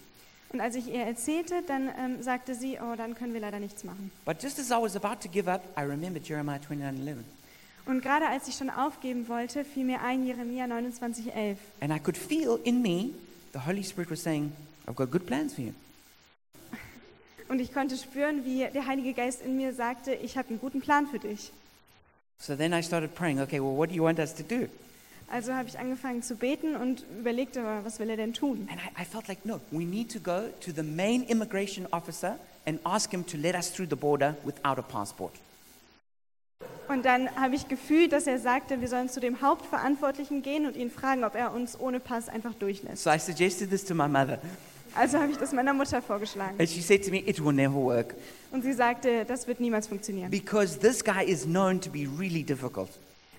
Speaker 2: Und als ich ihr erzählte, dann ähm, sagte sie, oh, dann können wir leider nichts machen.
Speaker 1: But just as I was about to give up, I remembered Jeremiah 29:11,
Speaker 2: Und gerade als ich schon aufgeben wollte, fiel mir ein Jeremia 29,11.
Speaker 1: And I could feel in me the Holy Spirit was saying, I've got good plans for you.
Speaker 2: Und ich konnte spüren, wie der Heilige Geist in mir sagte, ich habe einen guten Plan für dich.
Speaker 1: So then I started praying, okay, well, what do you want us to do?
Speaker 2: Also habe ich angefangen zu beten und überlegte, aber was will er denn tun?
Speaker 1: And I, I felt like, no, we need to go to the main immigration officer and ask him to let us through the border without a passport.
Speaker 2: Und dann habe ich gefühlt, dass er sagte, wir sollen zu dem Hauptverantwortlichen gehen und ihn fragen, ob er uns ohne Pass einfach durchlässt.
Speaker 1: So I suggested this to my mother.
Speaker 2: Also habe ich das meiner Mutter vorgeschlagen.
Speaker 1: And she said to me, it will never work
Speaker 2: Und sie sagte, das wird niemals funktionieren,
Speaker 1: because this guy is known to be really difficult.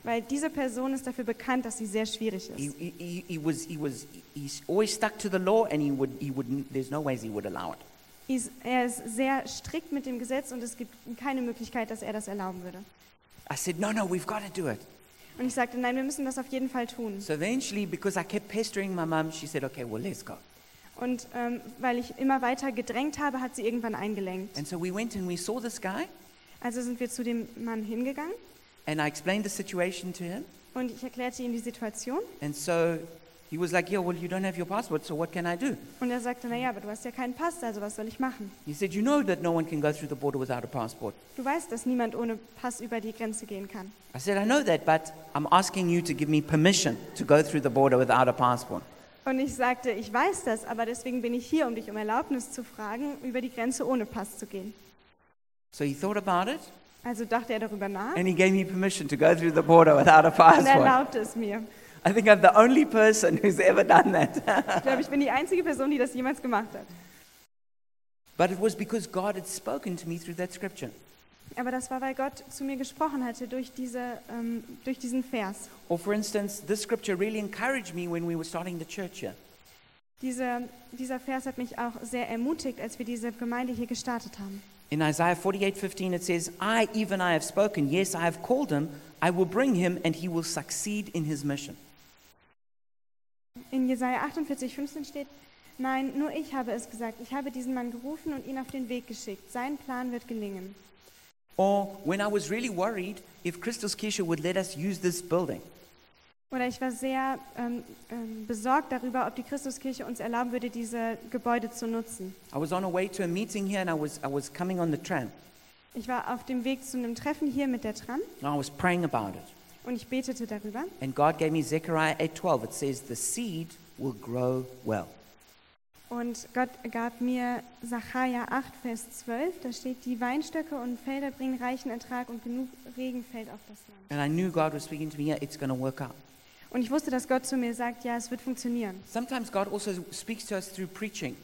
Speaker 2: weil diese Person ist dafür bekannt, dass sie sehr schwierig
Speaker 1: He,
Speaker 2: ist.
Speaker 1: he, he, he was, he was, he's always stuck to the law, and he would, he would, there's no ways he would allow it.
Speaker 2: Is- Er ist sehr strikt mit dem Gesetz und es gibt keine Möglichkeit, dass er das erlauben würde.
Speaker 1: I said, no, no, we've got to do it.
Speaker 2: Und ich sagte, nein, wir müssen das auf jeden Fall tun.
Speaker 1: So eventually, because I kept pestering my mum, she said, okay, well, let's go.
Speaker 2: Und ähm, weil ich immer weiter gedrängt habe, hat sie irgendwann eingelenkt.
Speaker 1: And so we went and we saw this guy,
Speaker 2: Also sind wir zu dem Mann hingegangen
Speaker 1: and I explained the situation to him.
Speaker 2: und ich erklärte ihm die Situation.
Speaker 1: And so he was like, yeah, well, you don't have your passport, so what can I do?
Speaker 2: Und er sagte, naja, aber du hast ja keinen Pass, also was soll ich machen?
Speaker 1: He said, you know that no one can go through the border without a passport.
Speaker 2: Du weißt, dass niemand ohne Pass über die Grenze gehen kann.
Speaker 1: I said, I know that, but I'm asking you to give me permission to go through the border without a passport.
Speaker 2: Und ich sagte, ich weiß das, aber deswegen bin ich hier, um dich um Erlaubnis zu fragen, über die Grenze ohne Pass zu gehen.
Speaker 1: So he thought about it,
Speaker 2: Also dachte er darüber nach
Speaker 1: And he gave me permission to go through the border without a
Speaker 2: und
Speaker 1: passport.
Speaker 2: erlaubte es mir.
Speaker 1: I think I'm the only person who's ever done that.
Speaker 2: Ich glaube, ich bin die einzige Person, die das jemals gemacht hat.
Speaker 1: But it was because God had spoken to me through that scripture.
Speaker 2: Aber das war, weil Gott zu mir gesprochen hatte durch, diese, ähm, durch diesen Vers.
Speaker 1: Or, for instance, this scripture really encouraged me when we were starting the church here.
Speaker 2: Diese, dieser Vers hat mich auch sehr ermutigt, als wir diese Gemeinde hier gestartet haben.
Speaker 1: In Isaiah 48:15, it says, I, even I, have spoken. Yes, I have called him. I will bring him and he will succeed in his mission.
Speaker 2: In Jesaja 48, 15 steht, Nein, nur ich habe es gesagt. Ich habe diesen Mann gerufen und ihn auf den Weg geschickt. Sein Plan wird gelingen.
Speaker 1: Or when I was really worried if Christos Kisha would let us use this building,
Speaker 2: Oder ich war sehr ähm, ähm, besorgt darüber, ob die Christuskirche uns erlauben würde, diese Gebäude zu nutzen.
Speaker 1: I was on a way to a meeting here and I was, I was coming on the tram
Speaker 2: Ich war auf dem Weg zu einem Treffen hier mit der Tram
Speaker 1: and I was praying about it.
Speaker 2: und ich betete darüber.
Speaker 1: And God gave me Zechariah 8:12. It says, "The seed will grow well."
Speaker 2: Und Gott gab mir Sacharja 8, Vers 12. Da steht, die Weinstöcke und Felder bringen reichen Ertrag und genug Regen fällt auf das
Speaker 1: And
Speaker 2: Land.
Speaker 1: I knew God was speaking to me, "Yeah, it's going to work out."
Speaker 2: Und ich wusste, dass Gott zu mir sagt, ja, es wird funktionieren.
Speaker 1: Sometimes God also speaks to us through preaching.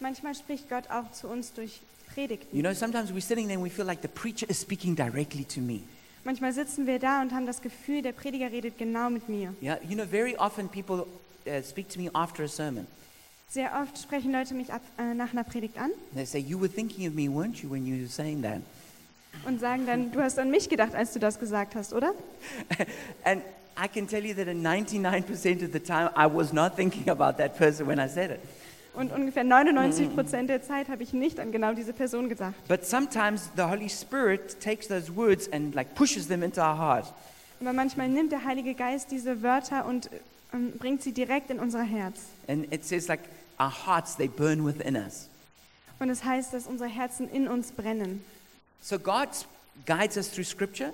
Speaker 2: Manchmal spricht Gott auch zu uns durch Predigten.
Speaker 1: You know, sometimes we're sitting there and we feel like the preacher is speaking directly to me.
Speaker 2: Manchmal sitzen wir da und haben das Gefühl, der Prediger redet genau mit mir.
Speaker 1: Yeah, you know, very often people uh, speak to me after a sermon.
Speaker 2: Sehr oft sprechen Leute mich ab, äh, nach einer Predigt an
Speaker 1: They say, "You were thinking of me, weren't you, when you were saying that?"
Speaker 2: und sagen dann, du hast an mich gedacht, als du das gesagt hast, oder?
Speaker 1: And I can tell you that in 99% of the time, I was not thinking about that person when I said it.
Speaker 2: Und ungefähr 99 Prozent der Zeit habe ich nicht an genau diese Person gedacht.
Speaker 1: But sometimes the Holy Spirit takes those words and like pushes them into our heart.
Speaker 2: Aber manchmal nimmt der Heilige Geist diese Wörter und ähm, bringt sie direkt in unser Herz.
Speaker 1: And it says like our hearts, they burn within us.
Speaker 2: Und es heißt, dass unsere Herzen in uns brennen.
Speaker 1: So God s- guides us through scripture.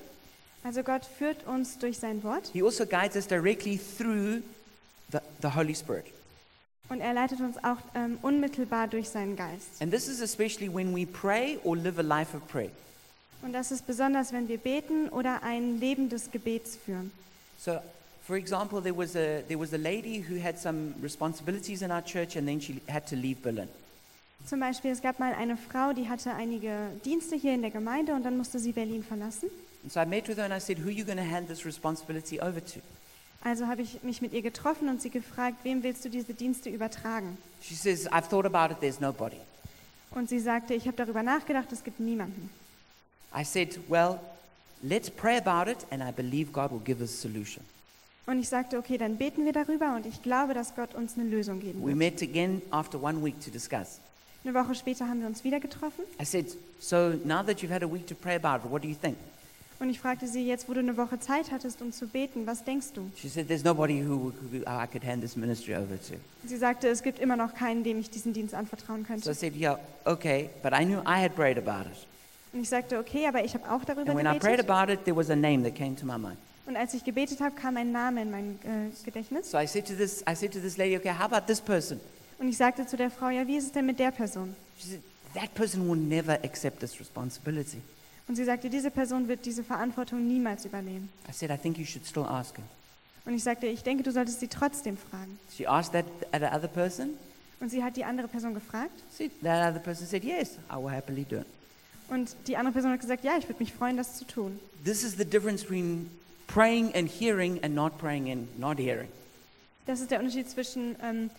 Speaker 2: Also Gott führt uns durch sein Wort
Speaker 1: He also guides us directly through the, the Holy Spirit.
Speaker 2: und er leitet uns auch ähm, unmittelbar durch seinen Geist.
Speaker 1: And this is especially when we pray or live a life of prayer.
Speaker 2: Und das ist besonders, wenn wir beten oder ein Leben des Gebets führen.
Speaker 1: So, for example, there was, a, there was a lady who had some responsibilities in our church and then she had to leave Berlin.
Speaker 2: Zum Beispiel, es gab mal eine Frau, die hatte einige Dienste hier in der Gemeinde und dann musste sie Berlin verlassen.
Speaker 1: And so I met with her and I said, Who are you going to hand this responsibility over to?
Speaker 2: Also habe ich mich mit ihr getroffen und sie gefragt, wem willst du diese Dienste übertragen?
Speaker 1: She says, I've thought about it, there's nobody.
Speaker 2: Und sie sagte, ich habe darüber nachgedacht, es gibt niemanden.
Speaker 1: I said, Well, let's pray about it, and I believe God will give us a solution.
Speaker 2: Und ich sagte, okay, dann beten wir darüber und ich glaube, dass Gott uns eine Lösung geben
Speaker 1: We
Speaker 2: wird.
Speaker 1: met again after one week to discuss.
Speaker 2: Eine Woche später haben wir uns wieder getroffen
Speaker 1: I said, So now that you've had a week to pray about it, what do you think?
Speaker 2: und ich fragte sie, jetzt wo du eine Woche Zeit hattest, um zu beten, was denkst du?
Speaker 1: She said, There's nobody who, who I could hand this ministry over to.
Speaker 2: Sie sagte, es gibt immer noch keinen, dem ich diesen Dienst
Speaker 1: So
Speaker 2: anvertrauen
Speaker 1: I
Speaker 2: könnte.
Speaker 1: said, Yeah, okay, but I knew I had prayed about it.
Speaker 2: Und ich sagte, okay, aber ich habe auch darüber
Speaker 1: And when I prayed
Speaker 2: gebetet.
Speaker 1: about it, there was a name that came to my mind.
Speaker 2: Und als ich gebetet habe, kam ein Name in mein äh, Gedächtnis.
Speaker 1: So I said to this, I said to this lady, Okay, how about this person?
Speaker 2: Und ich sagte zu der Frau, ja, wie ist es denn mit der Person?
Speaker 1: She said, That person will never accept this responsibility.
Speaker 2: Und sie sagte, diese Person wird diese Verantwortung niemals übernehmen.
Speaker 1: I said, I think you should still ask her.
Speaker 2: Und ich sagte, ich denke, du solltest sie trotzdem fragen.
Speaker 1: She asked that at the other person.
Speaker 2: Und sie hat die andere Person gefragt.
Speaker 1: See, that other person said, Yes, I will happily do it.
Speaker 2: Und die andere Person hat gesagt, ja, ich würde mich freuen, das zu tun.
Speaker 1: This is the difference between praying and hearing and not praying and not hearing.
Speaker 2: Das ist der Unterschied zwischen ähm,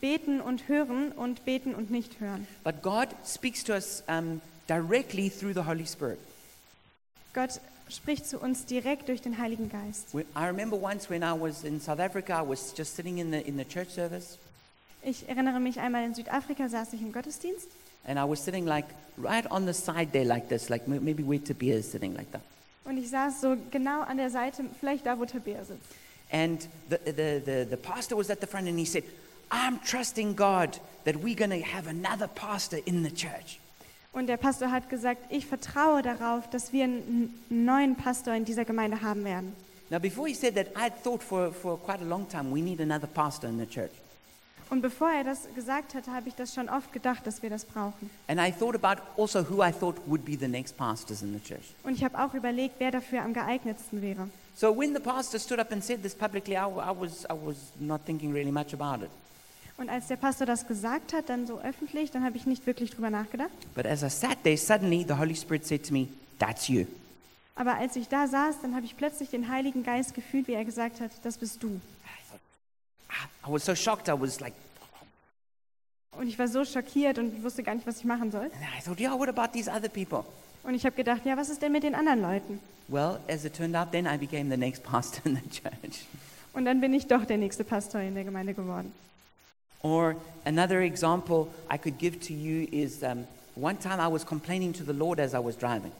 Speaker 2: beten und hören und beten und nicht hören.
Speaker 1: But God speaks to us um, directly through the Holy Spirit.
Speaker 2: Gott spricht zu uns direkt durch den Heiligen Geist.
Speaker 1: When, I remember once when I was in South Africa, I was just sitting in the, in the church service,
Speaker 2: Ich erinnere mich einmal, in Südafrika saß ich im Gottesdienst
Speaker 1: and I was sitting like right on the side there, like this, like m- maybe where Tabia is sitting, like that.
Speaker 2: und ich saß so genau an der Seite, vielleicht da, wo Tabea sitzt.
Speaker 1: And the, the, the, the pastor was at the front, and he said, I'm trusting God that we're going to have another pastor in the church.
Speaker 2: Und der Pastor hat gesagt, ich vertraue darauf, dass wir einen einen neuen Pastor in dieser Gemeinde haben werden.
Speaker 1: Now, before he said that, I had thought for, for quite a long time, we need another pastor in the church.
Speaker 2: Und bevor er das gesagt hatte, habe ich das schon oft gedacht, dass wir das brauchen.
Speaker 1: And I thought about also who I thought would be the next pastors in the church.
Speaker 2: Und ich habe auch überlegt, wer dafür am geeignetsten wäre.
Speaker 1: So when the pastor stood up and said this publicly, I, I, was, I was not thinking really much about it.
Speaker 2: Und als der Pastor das gesagt hat, dann so öffentlich, dann habe ich nicht wirklich drüber nachgedacht.
Speaker 1: But as I sat there, suddenly the Holy Spirit said to me, That's you.
Speaker 2: Aber als ich da saß, dann habe ich plötzlich den Heiligen Geist gefühlt, wie er gesagt hat, das bist du.
Speaker 1: Ah, I was so shocked. I was like,
Speaker 2: Und ich war so schockiert und wusste gar nicht, was ich machen soll.
Speaker 1: and I thought, yeah, what about these other people?
Speaker 2: Und ich habe gedacht, ja, was ist denn mit den anderen Leuten?
Speaker 1: Well, as it turned out, then I became the next pastor in the church.
Speaker 2: Und dann bin ich doch der nächste Pastor in der Gemeinde geworden.
Speaker 1: Or another example I could give to you is um, one time I was complaining to the Lord as I was driving.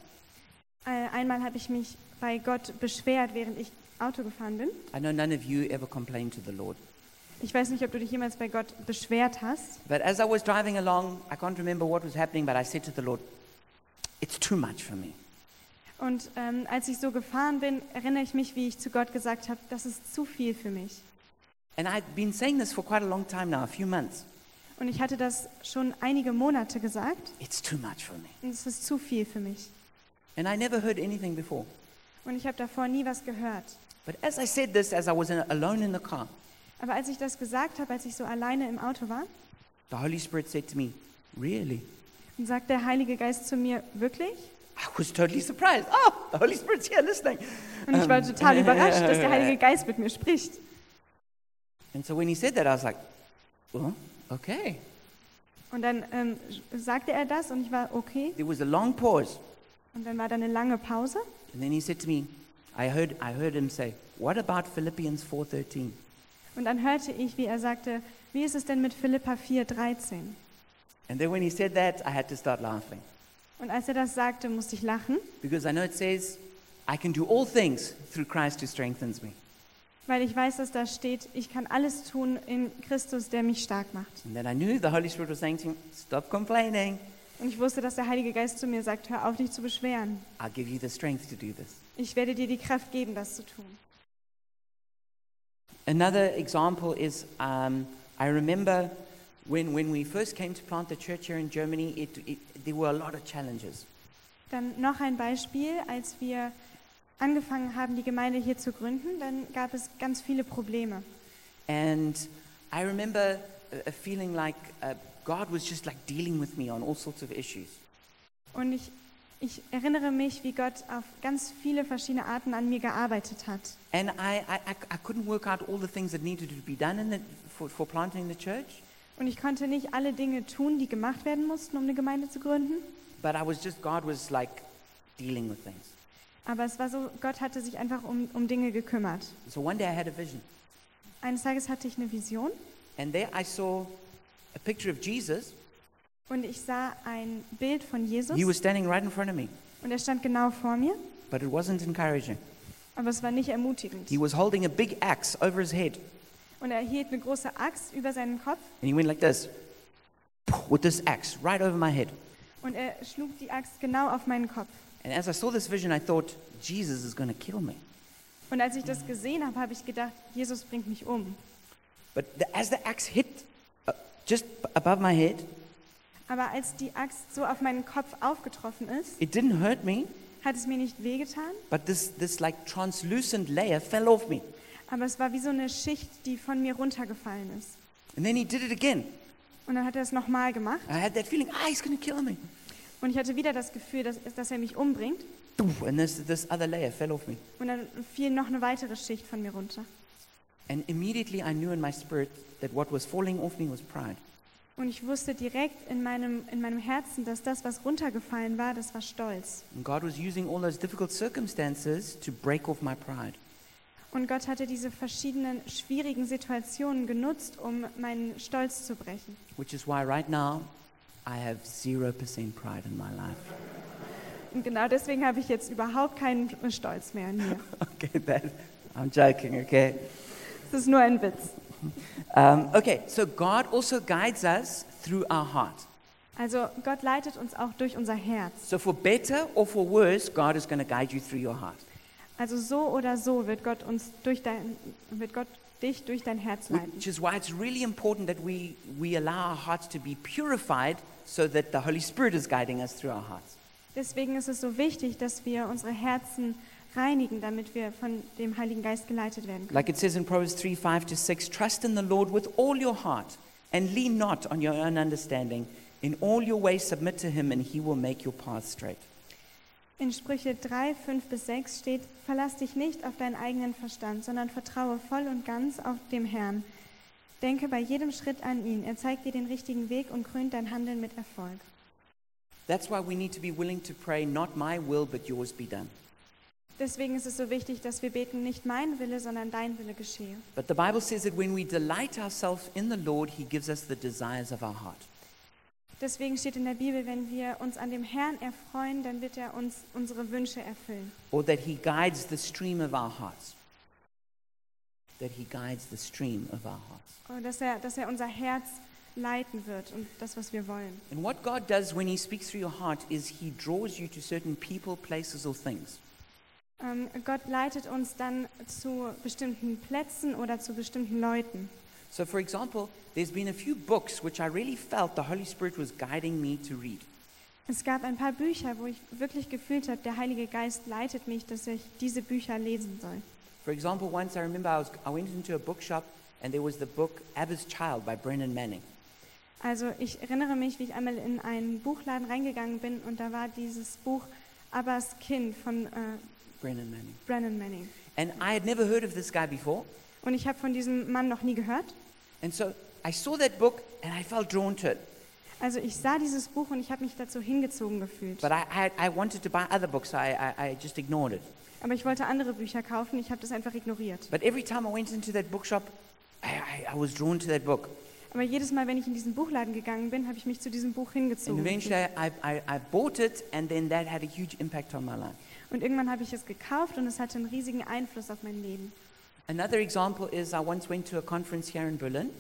Speaker 2: Äh, Einmal habe ich mich bei Gott beschwert, während ich Auto gefahren bin.
Speaker 1: I know none of you ever complain to the Lord.
Speaker 2: Ich weiß nicht, ob du dich jemals bei Gott beschwert hast.
Speaker 1: But as I was driving along, I can't remember what was happening, but I said to the Lord, It's too much for me.
Speaker 2: Und ähm, als ich so gefahren bin, erinnere ich mich, wie ich zu Gott gesagt habe, das ist zu viel für mich.
Speaker 1: And I'd been saying this for quite a long time now, a few months.
Speaker 2: Und ich hatte das schon einige Monate gesagt
Speaker 1: It's too much for me.
Speaker 2: und es ist zu viel für mich.
Speaker 1: And I never heard anything before.
Speaker 2: Und ich habe davor nie was gehört.
Speaker 1: But as I said this, as I was in, alone in the car,
Speaker 2: Aber als ich das gesagt habe, als ich so alleine im Auto war,
Speaker 1: the Holy Spirit said to me, Really?
Speaker 2: dann sagt der Heilige Geist zu mir, wirklich?
Speaker 1: I was totally surprised. Oh, the Holy Spirit's here listening.
Speaker 2: Und ich war total überrascht, dass der Heilige Geist mit mir spricht.
Speaker 1: And so when he said that, I was like, Well, okay.
Speaker 2: Und dann ähm, sagte er das und ich war okay.
Speaker 1: There was a long pause.
Speaker 2: Und dann war da eine lange Pause.
Speaker 1: And then he said to me, I heard, I heard him say, What about Philippians 4.13?
Speaker 2: Und dann hörte ich, wie er sagte, wie ist es denn mit Philippa 4,13?
Speaker 1: And then when he said that, I had to start laughing.
Speaker 2: Und als er das sagte, musste ich lachen,
Speaker 1: Because I know it says, I can do all things through Christ who strengthens me.
Speaker 2: weil ich weiß, dass da steht, ich kann alles tun in Christus, der mich stark macht.
Speaker 1: And then I knew the Holy Spirit was saying to me, Stop complaining.
Speaker 2: Und ich wusste, dass der Heilige Geist zu mir sagt, hör auf, dich zu beschweren.
Speaker 1: I'll give you the strength to do this.
Speaker 2: Ich werde dir die Kraft geben, das zu tun.
Speaker 1: Another example is um, I remember when, when we first came to plant the church here in Germany, it, it, there were a lot of challenges.
Speaker 2: Dann noch ein Beispiel, als wir angefangen haben, die Gemeinde hier zu gründen, dann gab es ganz viele Probleme.
Speaker 1: And I remember uh, feeling like uh, God was just like dealing with me on all sorts of issues.
Speaker 2: Und ich, ich erinnere mich, wie Gott auf ganz viele verschiedene Arten an mir gearbeitet hat.
Speaker 1: And I, I, I c- I couldn't work out all the things that needed to be done in the, for, for planting the church,
Speaker 2: Und ich konnte nicht alle Dinge tun, die gemacht werden mussten, um eine Gemeinde zu gründen.
Speaker 1: but I was just, God was like dealing with things.
Speaker 2: Aber es war so, Gott hatte sich einfach um, um Dinge gekümmert.
Speaker 1: So one day I had a vision,
Speaker 2: Eines Tages hatte ich eine Vision
Speaker 1: and there I saw a picture of Jesus.
Speaker 2: und ich sah ein Bild von Jesus
Speaker 1: He was standing right in front of me,
Speaker 2: und er stand genau vor mir,
Speaker 1: but it wasn't encouraging.
Speaker 2: aber es war nicht ermutigend.
Speaker 1: He was holding a big axe over his head,
Speaker 2: Und er hielt eine große Axt über seinen Kopf
Speaker 1: and he went like this with this axe right over my head.
Speaker 2: und er schlug die Axt genau auf meinen Kopf.
Speaker 1: And as I saw this vision, I thought, Jesus is going to kill me.
Speaker 2: Und als ich das gesehen habe, habe ich gedacht, Jesus bringt mich um.
Speaker 1: But the, as the axe hit uh, just b- above my head,
Speaker 2: Aber als die Axt so auf meinen Kopf aufgetroffen ist,
Speaker 1: it didn't hurt me,
Speaker 2: hat es mir nicht wehgetan,
Speaker 1: but this, this like translucent layer fell off me.
Speaker 2: aber es war wie so eine Schicht, die von mir runtergefallen ist.
Speaker 1: And then he did it again.
Speaker 2: Und dann hat er es nochmal gemacht
Speaker 1: I had that feeling, ah, he's going to kill me.
Speaker 2: und ich hatte wieder das Gefühl, dass, dass er mich umbringt.
Speaker 1: Poof, And this, this other layer fell off me.
Speaker 2: Und dann fiel noch eine weitere Schicht von mir runter.
Speaker 1: And immediately I knew in my spirit that what was falling off me was pride.
Speaker 2: Und ich wusste direkt in meinem, in meinem Herzen, dass das, was runtergefallen war, das war Stolz.
Speaker 1: And God was using all those difficult circumstances to break off my pride.
Speaker 2: Und Gott hatte diese verschiedenen schwierigen Situationen genutzt, um meinen Stolz zu brechen.
Speaker 1: Which is why right now I have 0% pride in my life.
Speaker 2: Und genau deswegen habe ich jetzt überhaupt keinen Stolz mehr in mir.
Speaker 1: Okay, that, I'm joking, okay?
Speaker 2: Es ist nur ein Witz.
Speaker 1: Um, okay, so God also guides us through our heart.
Speaker 2: Also Gott leitet uns auch durch unser Herz.
Speaker 1: So for better or for worse, God is going to guide you through your heart.
Speaker 2: Also so oder so wird Gott uns durch dein, wird Gott dich durch dein Herz leiten.
Speaker 1: Which is why it's really important that we, we allow our hearts to be purified so that the Holy Spirit is guiding us through our hearts.
Speaker 2: Deswegen ist es so wichtig, dass wir unsere Herzen reinigen, damit wir von dem Heiligen Geist geleitet werden können.
Speaker 1: Like it says in Proverbs 3 5 to 6, trust in the Lord with all your heart and lean not on your own understanding. In all your ways submit to him, and he will make your path straight.
Speaker 2: In Sprüche 3, 5 bis 6 steht, verlass dich nicht auf deinen eigenen Verstand, sondern vertraue voll und ganz auf dem Herrn. Denke bei jedem Schritt an ihn. Er zeigt dir den richtigen Weg und krönt dein Handeln mit Erfolg.
Speaker 1: That's why we need to be willing to pray, not my will, but yours be done.
Speaker 2: Deswegen ist es so wichtig, dass wir beten, nicht mein Wille, sondern dein Wille geschehe.
Speaker 1: But the Bible says that when we delight ourselves in the Lord, He gives us the desires of our heart.
Speaker 2: Deswegen steht in der Bibel, wenn wir uns an dem Herrn erfreuen, dann wird er uns unsere Wünsche erfüllen.
Speaker 1: or that he guides the stream of our hearts. That he guides the stream of our hearts.
Speaker 2: Und dass er, dass er unser Herz leiten wird und das, was wir wollen.
Speaker 1: And what God does when he speaks through your heart is he draws you to certain people, places, or things.
Speaker 2: Ähm, Gott leitet uns dann zu bestimmten Plätzen oder zu bestimmten Leuten.
Speaker 1: So, for example, there's been a few books which I really felt the Holy Spirit was guiding me to read.
Speaker 2: Es gab ein paar Bücher, wo ich wirklich gefühlt habe, der Heilige Geist leitet mich, dass ich diese Bücher lesen soll.
Speaker 1: For example, once I remember I, was, I went into a bookshop and there was the book Abba's Child by Brennan Manning.
Speaker 2: Also ich erinnere mich, wie ich einmal in einen Buchladen reingegangen bin und da war dieses Buch Abbas Kind von äh,
Speaker 1: Brennan Manning.
Speaker 2: Brennan Manning.
Speaker 1: And I had never heard of this guy before.
Speaker 2: Und ich habe von diesem Mann noch nie gehört.
Speaker 1: And so I saw that book and I felt drawn to it.
Speaker 2: Also ich sah dieses Buch und ich habe mich dazu hingezogen gefühlt.
Speaker 1: But I, I, I wanted to buy other books, so I, I, I just ignored it.
Speaker 2: Aber ich wollte andere Bücher kaufen, ich habe das einfach ignoriert.
Speaker 1: But every time I went into that bookshop, I, I, I was drawn to that book.
Speaker 2: Aber jedes Mal, wenn ich in diesen Buchladen gegangen bin, habe ich mich zu diesem Buch hingezogen.
Speaker 1: and eventually
Speaker 2: gefühlt.
Speaker 1: I, I, I bought it, and then that had a huge impact on my life.
Speaker 2: Und irgendwann habe ich es gekauft und es hatte einen riesigen Einfluss auf mein Leben.
Speaker 1: Another example is I once went to a conference here in Berlin.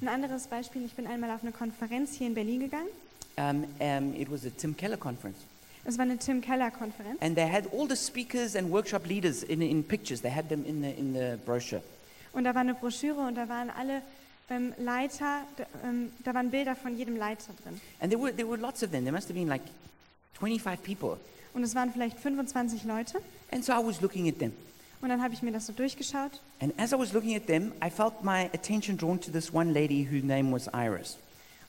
Speaker 2: Ein anderes Beispiel, ich bin einmal auf eine Konferenz hier in Berlin gegangen.
Speaker 1: Um, um, it was a Tim Keller conference.
Speaker 2: Es war eine Tim Keller Konferenz
Speaker 1: And they had all the speakers and workshop leaders in, in pictures. They had them in the, in the brochure.
Speaker 2: und da war eine Broschüre und da waren alle ähm, Leiter, d- ähm, da waren Bilder von jedem Leiter drin.
Speaker 1: And there were, there were lots of them. There must have been like 25 people.
Speaker 2: Und es waren vielleicht 25 Leute
Speaker 1: And so I was looking at them.
Speaker 2: und dann habe ich mir das so durchgeschaut
Speaker 1: And as I was looking at them, I felt my attention drawn to this one lady whose name was Iris.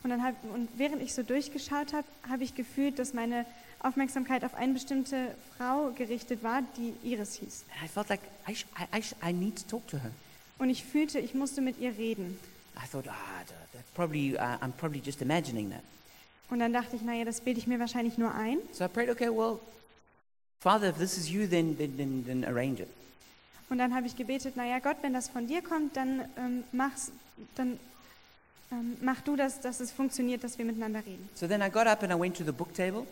Speaker 2: und dann hab, und während ich so durchgeschaut habe, habe ich gefühlt, dass meine Aufmerksamkeit auf eine bestimmte Frau gerichtet war, die Iris hieß.
Speaker 1: And I felt like I, sh- I, I, sh- I need to talk to her.
Speaker 2: Und ich fühlte, ich musste mit ihr reden.
Speaker 1: I thought, ah, th- that's probably, uh, I'm probably just imagining that.
Speaker 2: Und dann dachte ich, naja, das bilde ich mir wahrscheinlich nur ein.
Speaker 1: So I prayed, okay, well, Father, if this is you, then, then, then, then arrange it.
Speaker 2: Und dann habe ich gebetet, naja Gott, wenn das von dir kommt, dann, ähm, mach's, dann ähm, mach du das, dass es funktioniert, dass wir miteinander reden.
Speaker 1: So then I got up and I went to the book table.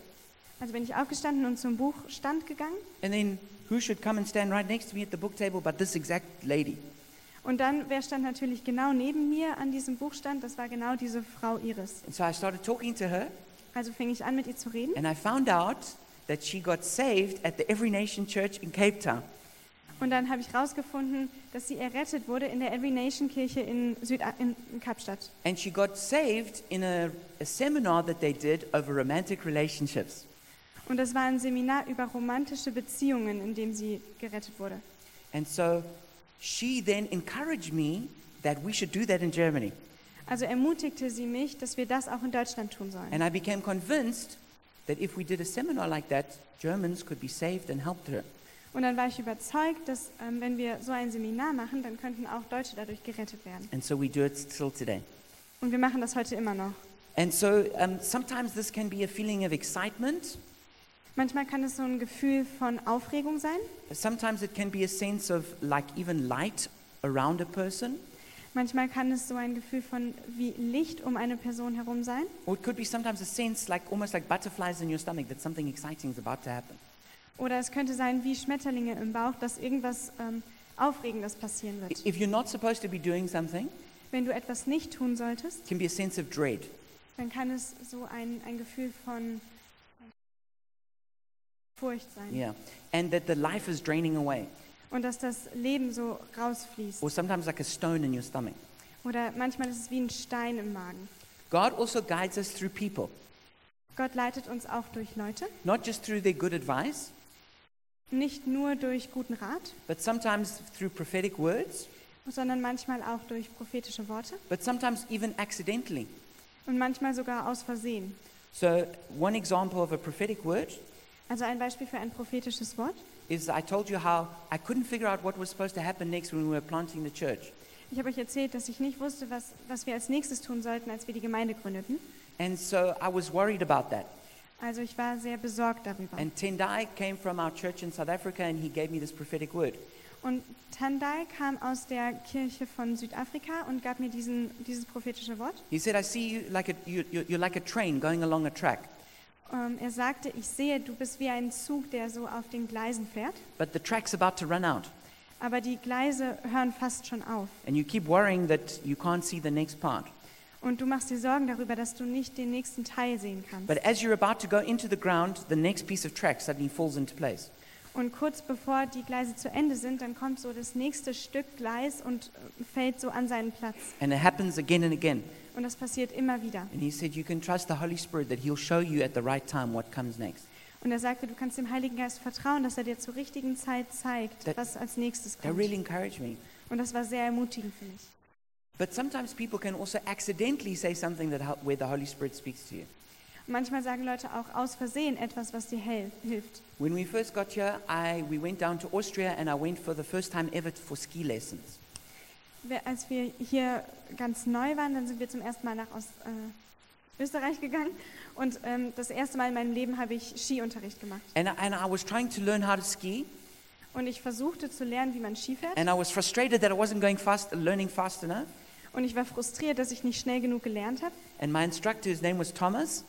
Speaker 2: Also bin ich aufgestanden und zum Buchstand gegangen.
Speaker 1: And then who should come and stand right next to me at the book table but this exact lady?
Speaker 2: Und dann, wer stand natürlich genau neben mir an diesem Buchstand? Das war genau diese Frau Iris.
Speaker 1: And so I started talking to her,
Speaker 2: Also fing ich an, mit ihr zu reden.
Speaker 1: and I found out that she got saved at the Every Nation Church in Cape Town.
Speaker 2: Und dann habe ich herausgefunden, dass sie errettet wurde in der Every Nation Kirche in, Süda in in Kapstadt.
Speaker 1: And she got saved in a, a seminar that they did over romantic relationships.
Speaker 2: Und das war ein Seminar über romantische Beziehungen, in dem sie gerettet wurde.
Speaker 1: And so she then encouraged me that we should do that in Germany.
Speaker 2: Also ermutigte sie mich, dass wir das auch in Deutschland tun sollen.
Speaker 1: And I became convinced that if we did a seminar like that, Germans could be saved and helped her.
Speaker 2: Und dann war ich überzeugt, dass ähm, wenn wir so ein Seminar machen, dann könnten auch Deutsche dadurch gerettet werden.
Speaker 1: And so we do it still today.
Speaker 2: Und wir machen das heute immer noch.
Speaker 1: And so um, sometimes this can be a feeling of excitement.
Speaker 2: Manchmal kann es so ein Gefühl von Aufregung sein.
Speaker 1: Sometimes it can be a sense of like even light around a person.
Speaker 2: Manchmal kann es so ein Gefühl von wie Licht um eine Person herum sein.
Speaker 1: Or it could be sometimes a sense like almost like butterflies in your stomach that something exciting is about to happen.
Speaker 2: Oder es könnte sein wie Schmetterlinge im Bauch, dass irgendwas ähm, Aufregendes passieren
Speaker 1: I-
Speaker 2: wird.
Speaker 1: If you're not supposed to be doing something,
Speaker 2: Wenn du etwas nicht tun solltest,
Speaker 1: it can be a sense of dread.
Speaker 2: dann kann es so ein, ein Gefühl von Furcht sein.
Speaker 1: Yeah. And that the life is draining away.
Speaker 2: Und dass das Leben so rausfließt.
Speaker 1: Or sometimes like a stone in your stomach.
Speaker 2: Oder manchmal ist es wie ein Stein im Magen.
Speaker 1: God also guides us through people,
Speaker 2: Gott leitet uns auch durch Leute,
Speaker 1: not just through their good advice,
Speaker 2: nicht nur durch guten Rat,
Speaker 1: but sometimes through prophetic words,
Speaker 2: sondern manchmal auch durch prophetische Worte
Speaker 1: but sometimes even accidentally.
Speaker 2: und manchmal sogar aus Versehen.
Speaker 1: So, one example of a prophetic word
Speaker 2: Also ein Beispiel für ein prophetisches Wort.
Speaker 1: is I told you how I couldn't figure out what was supposed to happen next when we were planting the church.
Speaker 2: Ich habe euch erzählt, dass ich nicht wusste, was, was wir als nächstes tun sollten, als wir die Gemeinde gründeten.
Speaker 1: And so I was worried about that.
Speaker 2: Also ich war sehr besorgt darüber.
Speaker 1: And Tendai came from our church in South Africa and he gave me this prophetic word.
Speaker 2: Und Tandai kam aus der Kirche von Südafrika und gab mir diesen, dieses prophetische Wort.
Speaker 1: He said, I see you like a, you, you- you're like a train going along a track,
Speaker 2: Ähm, er sagte, ich sehe, du bist wie ein Zug, der so auf den Gleisen fährt,
Speaker 1: but the track's about to run out.
Speaker 2: aber die Gleise hören fast schon auf.
Speaker 1: And you keep worrying that you can't see the next part.
Speaker 2: Und du machst dir Sorgen darüber, dass du nicht den nächsten Teil sehen kannst.
Speaker 1: But as you're about to go into the ground, the next piece of track suddenly falls into place.
Speaker 2: Und kurz bevor die Gleise zu Ende sind, dann kommt so das nächste Stück Gleis und äh, fällt so an seinen Platz.
Speaker 1: And it happens again and again.
Speaker 2: Und das passiert immer wieder.
Speaker 1: And he said, You can trust the Holy Spirit that he'll show you at the right time what comes next.
Speaker 2: Und er sagte, du kannst dem Heiligen Geist vertrauen, dass er dir zur richtigen Zeit zeigt,
Speaker 1: That-
Speaker 2: was als nächstes
Speaker 1: That
Speaker 2: kommt.
Speaker 1: really encouraged me.
Speaker 2: Und das war sehr ermutigend für mich.
Speaker 1: But sometimes people can also accidentally say something that, hel- where the Holy Spirit speaks to you.
Speaker 2: Und manchmal sagen Leute auch aus Versehen etwas, was dir hel- hilft.
Speaker 1: When we first got here, I, we went down to Austria and I went for the first time ever for ski lessons.
Speaker 2: Wir- Als wir hier ganz neu waren, dann sind wir zum ersten Mal nach aus, äh, Österreich gegangen. Und ähm, das erste Mal in meinem Leben habe ich Skiunterricht gemacht.
Speaker 1: And I, and I was trying to learn how to ski,
Speaker 2: Und ich versuchte zu lernen, wie man Ski fährt.
Speaker 1: and I was frustrated that I wasn't going fast, learning fast enough.
Speaker 2: Und ich war frustriert, dass ich nicht schnell genug gelernt habe.
Speaker 1: And my instructor, his name was Thomas,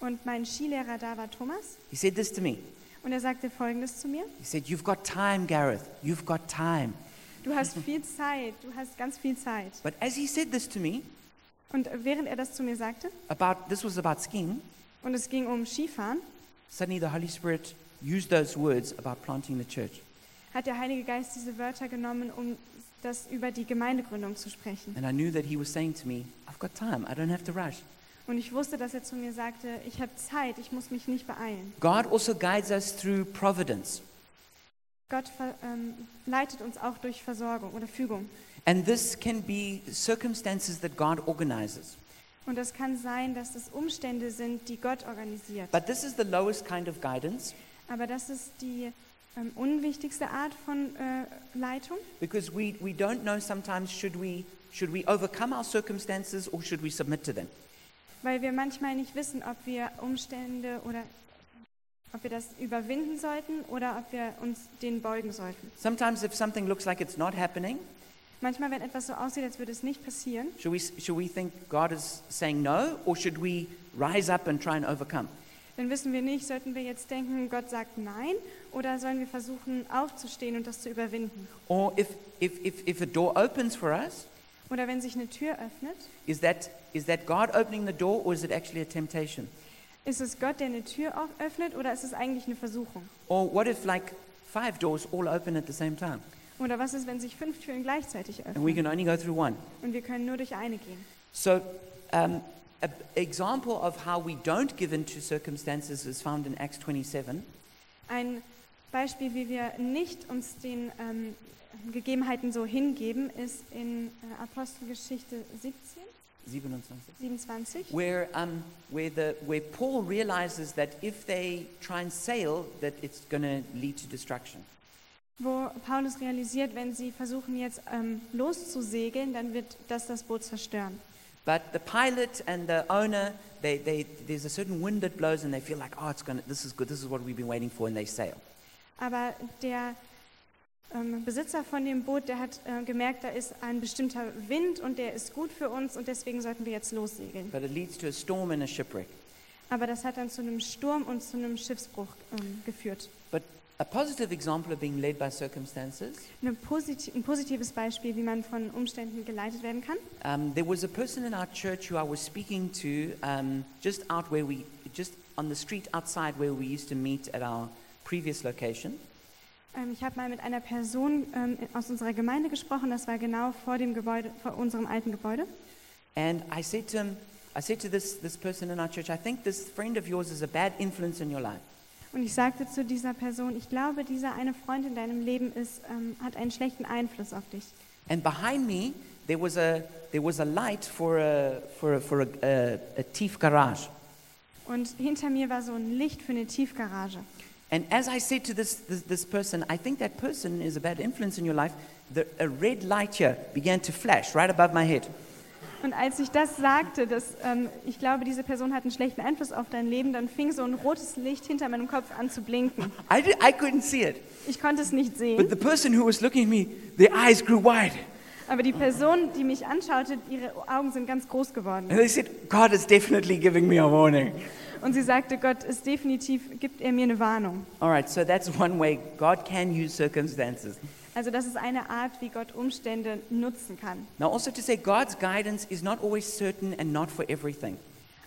Speaker 2: Und mein Skilehrer da war Thomas.
Speaker 1: he said this to me.
Speaker 2: Und er sagte Folgendes zu mir.
Speaker 1: He said, You've got time, Gareth. You've got time.
Speaker 2: Du hast viel Zeit. Du hast ganz viel Zeit.
Speaker 1: But as he said this to me,
Speaker 2: Und während er das zu mir sagte,
Speaker 1: about this was about skiing,
Speaker 2: und es ging um Skifahren,
Speaker 1: suddenly the Holy Spirit used those words about planting the church.
Speaker 2: hat der Heilige Geist diese Wörter genommen, um das über die Gemeindegründung zu sprechen.
Speaker 1: And I knew that he was saying to me, I've got time. I don't have to rush.
Speaker 2: Und ich wusste, dass er zu mir sagte, ich habe Zeit, ich muss mich nicht beeilen.
Speaker 1: God also guides us through providence.
Speaker 2: Gott ver, ähm, leitet uns auch durch Versorgung oder Fügung.
Speaker 1: And this can be circumstances that God organizes.
Speaker 2: Und das kann sein, dass es Umstände sind, die Gott organisiert.
Speaker 1: But this is the lowest kind of guidance
Speaker 2: Aber das ist die ähm, unwichtigste Art von äh, Leitung,
Speaker 1: because we, we don't know sometimes should we, should we overcome our circumstances or should we submit to them.
Speaker 2: weil wir manchmal nicht wissen, ob wir Umstände oder ob wir das überwinden sollten oder ob wir uns denen beugen sollten.
Speaker 1: Sometimes if something looks like it's not happening,
Speaker 2: Manchmal, wenn etwas so aussieht, als würde es nicht passieren,
Speaker 1: should we, should we think God is saying no or should we rise up and try and overcome?
Speaker 2: dann wissen wir nicht, sollten wir jetzt denken, Gott sagt Nein oder sollen wir versuchen, aufzustehen und das zu überwinden.
Speaker 1: Or if, if, if, if a door opens for us,
Speaker 2: Oder wenn sich eine Tür öffnet,
Speaker 1: is that, is that God opening the door or is it actually a temptation?
Speaker 2: ist es Gott, der eine Tür auch öffnet oder ist es eigentlich eine Versuchung?
Speaker 1: Or what if like five doors all open at the same time
Speaker 2: Oder was ist, wenn sich fünf Türen gleichzeitig
Speaker 1: and we
Speaker 2: öffnen
Speaker 1: can only go through one?
Speaker 2: und wir können nur durch eine gehen?
Speaker 1: So, um, an example of how we don't give in to circumstances is found in Acts 27.
Speaker 2: Ein Beispiel, wie wir nicht uns den ähm, Gegebenheiten so hingeben, ist in äh, Apostelgeschichte 17,
Speaker 1: 27.
Speaker 2: 27,
Speaker 1: Where, um, where, the, where Paul realizes that if they try and sail, that it's going to lead to destruction.
Speaker 2: wo Paulus realisiert, wenn sie versuchen jetzt ähm, loszusegeln, dann wird das das Boot zerstören.
Speaker 1: But the pilot and the owner, they, they, there's a certain wind that blows and they feel like, oh, it's gonna, this is good, this is what we've been waiting for, and they sail.
Speaker 2: Aber der ähm, Besitzer von dem Boot, der hat äh, gemerkt, da ist ein bestimmter Wind und der ist gut für uns und deswegen sollten wir jetzt lossegeln.
Speaker 1: But it leads to a storm and a shipwreck.
Speaker 2: Aber das hat dann zu einem Sturm und zu einem Schiffsbruch ähm, geführt.
Speaker 1: But a positive example of being led by circumstances,
Speaker 2: Eine posit ein positives Beispiel, wie man von Umständen geleitet werden kann.
Speaker 1: um, there was a person in our church who I was speaking to um, just out where we, just on the street outside where we used to meet at our previous location.
Speaker 2: Ähm, ich habe mal mit einer Person ähm, aus unserer Gemeinde gesprochen, das war genau vor dem Gebäude, vor unserem alten Gebäude.
Speaker 1: And I said to him, I said to this, this person in our church, I think this friend of yours is a bad influence in your life.
Speaker 2: Und ich sagte zu dieser Person, ich glaube, dieser eine Freund in deinem Leben ist, ähm, hat einen schlechten Einfluss auf dich.
Speaker 1: And behind me, there was a, there was a light for a, for a, for a, a, a thief garage.
Speaker 2: Und hinter mir war so ein Licht für eine Tiefgarage.
Speaker 1: And as I said to this, this, this person, I think that person is a bad influence in your life, the, a red light here began to flash right above my head.
Speaker 2: Und als ich das sagte, dass ähm, ich glaube, diese Person hat einen schlechten Einfluss auf dein Leben, dann fing so ein rotes Licht hinter meinem Kopf an zu blinken.
Speaker 1: I, did, I couldn't see it.
Speaker 2: Ich konnte es nicht
Speaker 1: But
Speaker 2: sehen,
Speaker 1: the person who was looking at me, their eyes grew wide.
Speaker 2: aber die Person, die mich anschaute, ihre Augen sind ganz groß geworden.
Speaker 1: And they said, God is definitely giving me a warning.
Speaker 2: Und sie sagte, Gott ist definitiv, gibt er mir eine Warnung.
Speaker 1: All right, so that's one way God can use circumstances.
Speaker 2: Also das ist eine Art, wie Gott Umstände nutzen kann.
Speaker 1: Now, also to say God's guidance is not always certain and not for everything.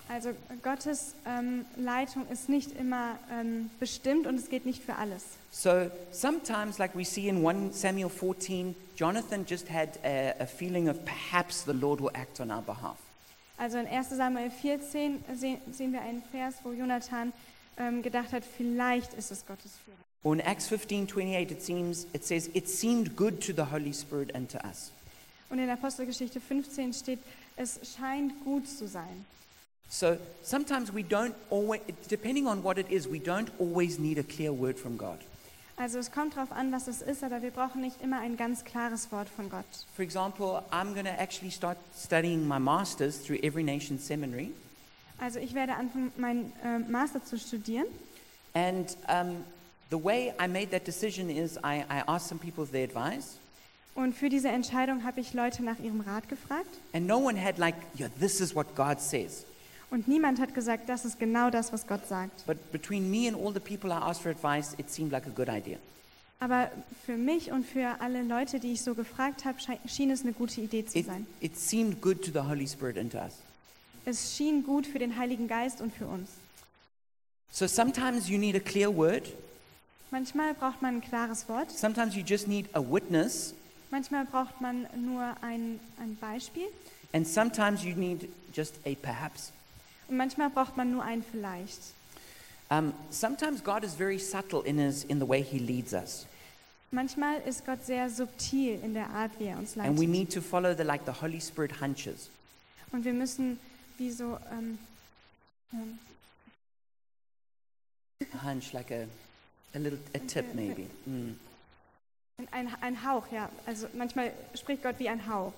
Speaker 2: Also Gottes ähm, Leitung ist nicht immer ähm, bestimmt und es geht nicht für alles.
Speaker 1: So sometimes, like we see in 1 Samuel 14, Jonathan just had a, a feeling of perhaps the Lord will act on our behalf.
Speaker 2: Also in 1 Samuel 14 se- sehen wir einen Vers, wo Jonathan ähm, gedacht hat, vielleicht ist es Gottes Führung.
Speaker 1: Or in Acts 15:28, it, seems, it says, It seemed good to the Holy Spirit and to us.
Speaker 2: Und in Apostelgeschichte 15 steht, es scheint gut zu sein.
Speaker 1: So sometimes we don't always, depending on what it is, we don't always need a clear word from God.
Speaker 2: Also es kommt darauf an, was es ist, aber wir brauchen nicht immer ein ganz klares Wort von Gott.
Speaker 1: For example, I'm going to actually start studying my master's through Every Nation Seminary.
Speaker 2: Also ich werde anfangen, meinen ähm, Master zu studieren.
Speaker 1: And um, the way I made that decision is I, I asked some people their advice,
Speaker 2: Und für diese Entscheidung habe ich Leute nach ihrem Rat gefragt.
Speaker 1: and no one had, like, yeah, this is what God says.
Speaker 2: Und niemand hat gesagt, das ist genau das, was Gott sagt.
Speaker 1: But between me and all the people I asked for advice, it seemed like a good idea.
Speaker 2: Aber für mich und für alle Leute, die ich so gefragt habe, schei- schien es eine gute Idee zu
Speaker 1: It,
Speaker 2: sein.
Speaker 1: it seemed good to the Holy Spirit and to us.
Speaker 2: Es schien gut für den Heiligen Geist und für uns.
Speaker 1: So sometimes you need a clear word,
Speaker 2: Manchmal braucht man ein klares Wort,
Speaker 1: sometimes you just need a witness,
Speaker 2: manchmal braucht man nur ein, ein Beispiel
Speaker 1: and sometimes you need just a perhaps.
Speaker 2: und manchmal braucht man nur ein Vielleicht.
Speaker 1: Um, sometimes God is very subtle in, his, in the way He leads us,
Speaker 2: Manchmal ist Gott sehr subtil in der Art, wie er uns
Speaker 1: and we
Speaker 2: leitet.
Speaker 1: need to follow the like the Holy Spirit hunches.
Speaker 2: Und wir müssen wie so, ähm, ähm,
Speaker 1: A hunch, like a, a little a tip maybe. Mm.
Speaker 2: ein, ein Hauch, ja. Also manchmal spricht Gott wie ein Hauch.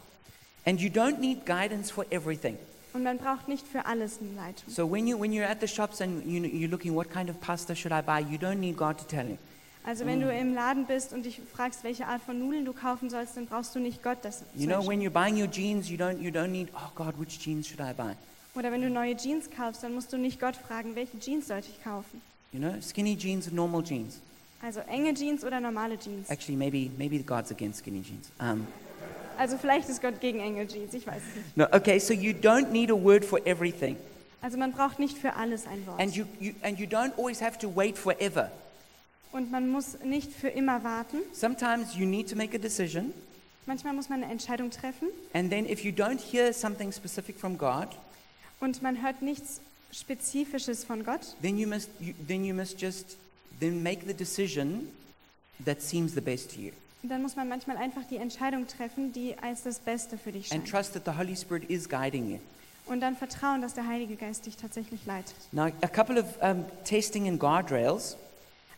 Speaker 1: And you don't need guidance for everything.
Speaker 2: Und man braucht nicht für alles eine Leitung.
Speaker 1: So when you when you're at the shops and you, you're looking, what kind of pasta should I buy? You don't need God to tell you.
Speaker 2: Also wenn
Speaker 1: Mm.
Speaker 2: du im Laden bist und dich fragst, welche Art von Nudeln du kaufen sollst, dann brauchst du nicht Gott das
Speaker 1: You
Speaker 2: zu
Speaker 1: know,
Speaker 2: entscheiden.
Speaker 1: when you're buying your jeans, you don't you don't need oh God, which jeans should I buy?
Speaker 2: Oder wenn du neue Jeans kaufst, dann musst du nicht Gott fragen, welche Jeans sollte ich kaufen.
Speaker 1: You know, skinny jeans and normal jeans.
Speaker 2: Also enge Jeans oder normale Jeans.
Speaker 1: Actually, maybe maybe God's against skinny jeans. Um,
Speaker 2: Also vielleicht ist Gott gegen enge Jeans, ich weiß es nicht.
Speaker 1: no, okay. So you don't need a word for everything,
Speaker 2: Also man braucht nicht für alles ein
Speaker 1: and
Speaker 2: Wort.
Speaker 1: you, you and you don't always have to wait forever.
Speaker 2: Und man muss nicht für immer warten.
Speaker 1: Sometimes you need to make a decision,
Speaker 2: Manchmal muss man eine Entscheidung treffen
Speaker 1: and then if you don't hear something specific from God,
Speaker 2: und man hört nichts Spezifisches von Gott.
Speaker 1: then you must you, then you must just then make the decision that seems the best to you
Speaker 2: Und dann muss man manchmal einfach die Entscheidung treffen, die als das Beste für dich
Speaker 1: and
Speaker 2: scheint.
Speaker 1: trust that the holy spirit is guiding you
Speaker 2: Und dann vertrauen, dass der Heilige Geist dich tatsächlich leitet.
Speaker 1: now a couple of um, testing and guardrails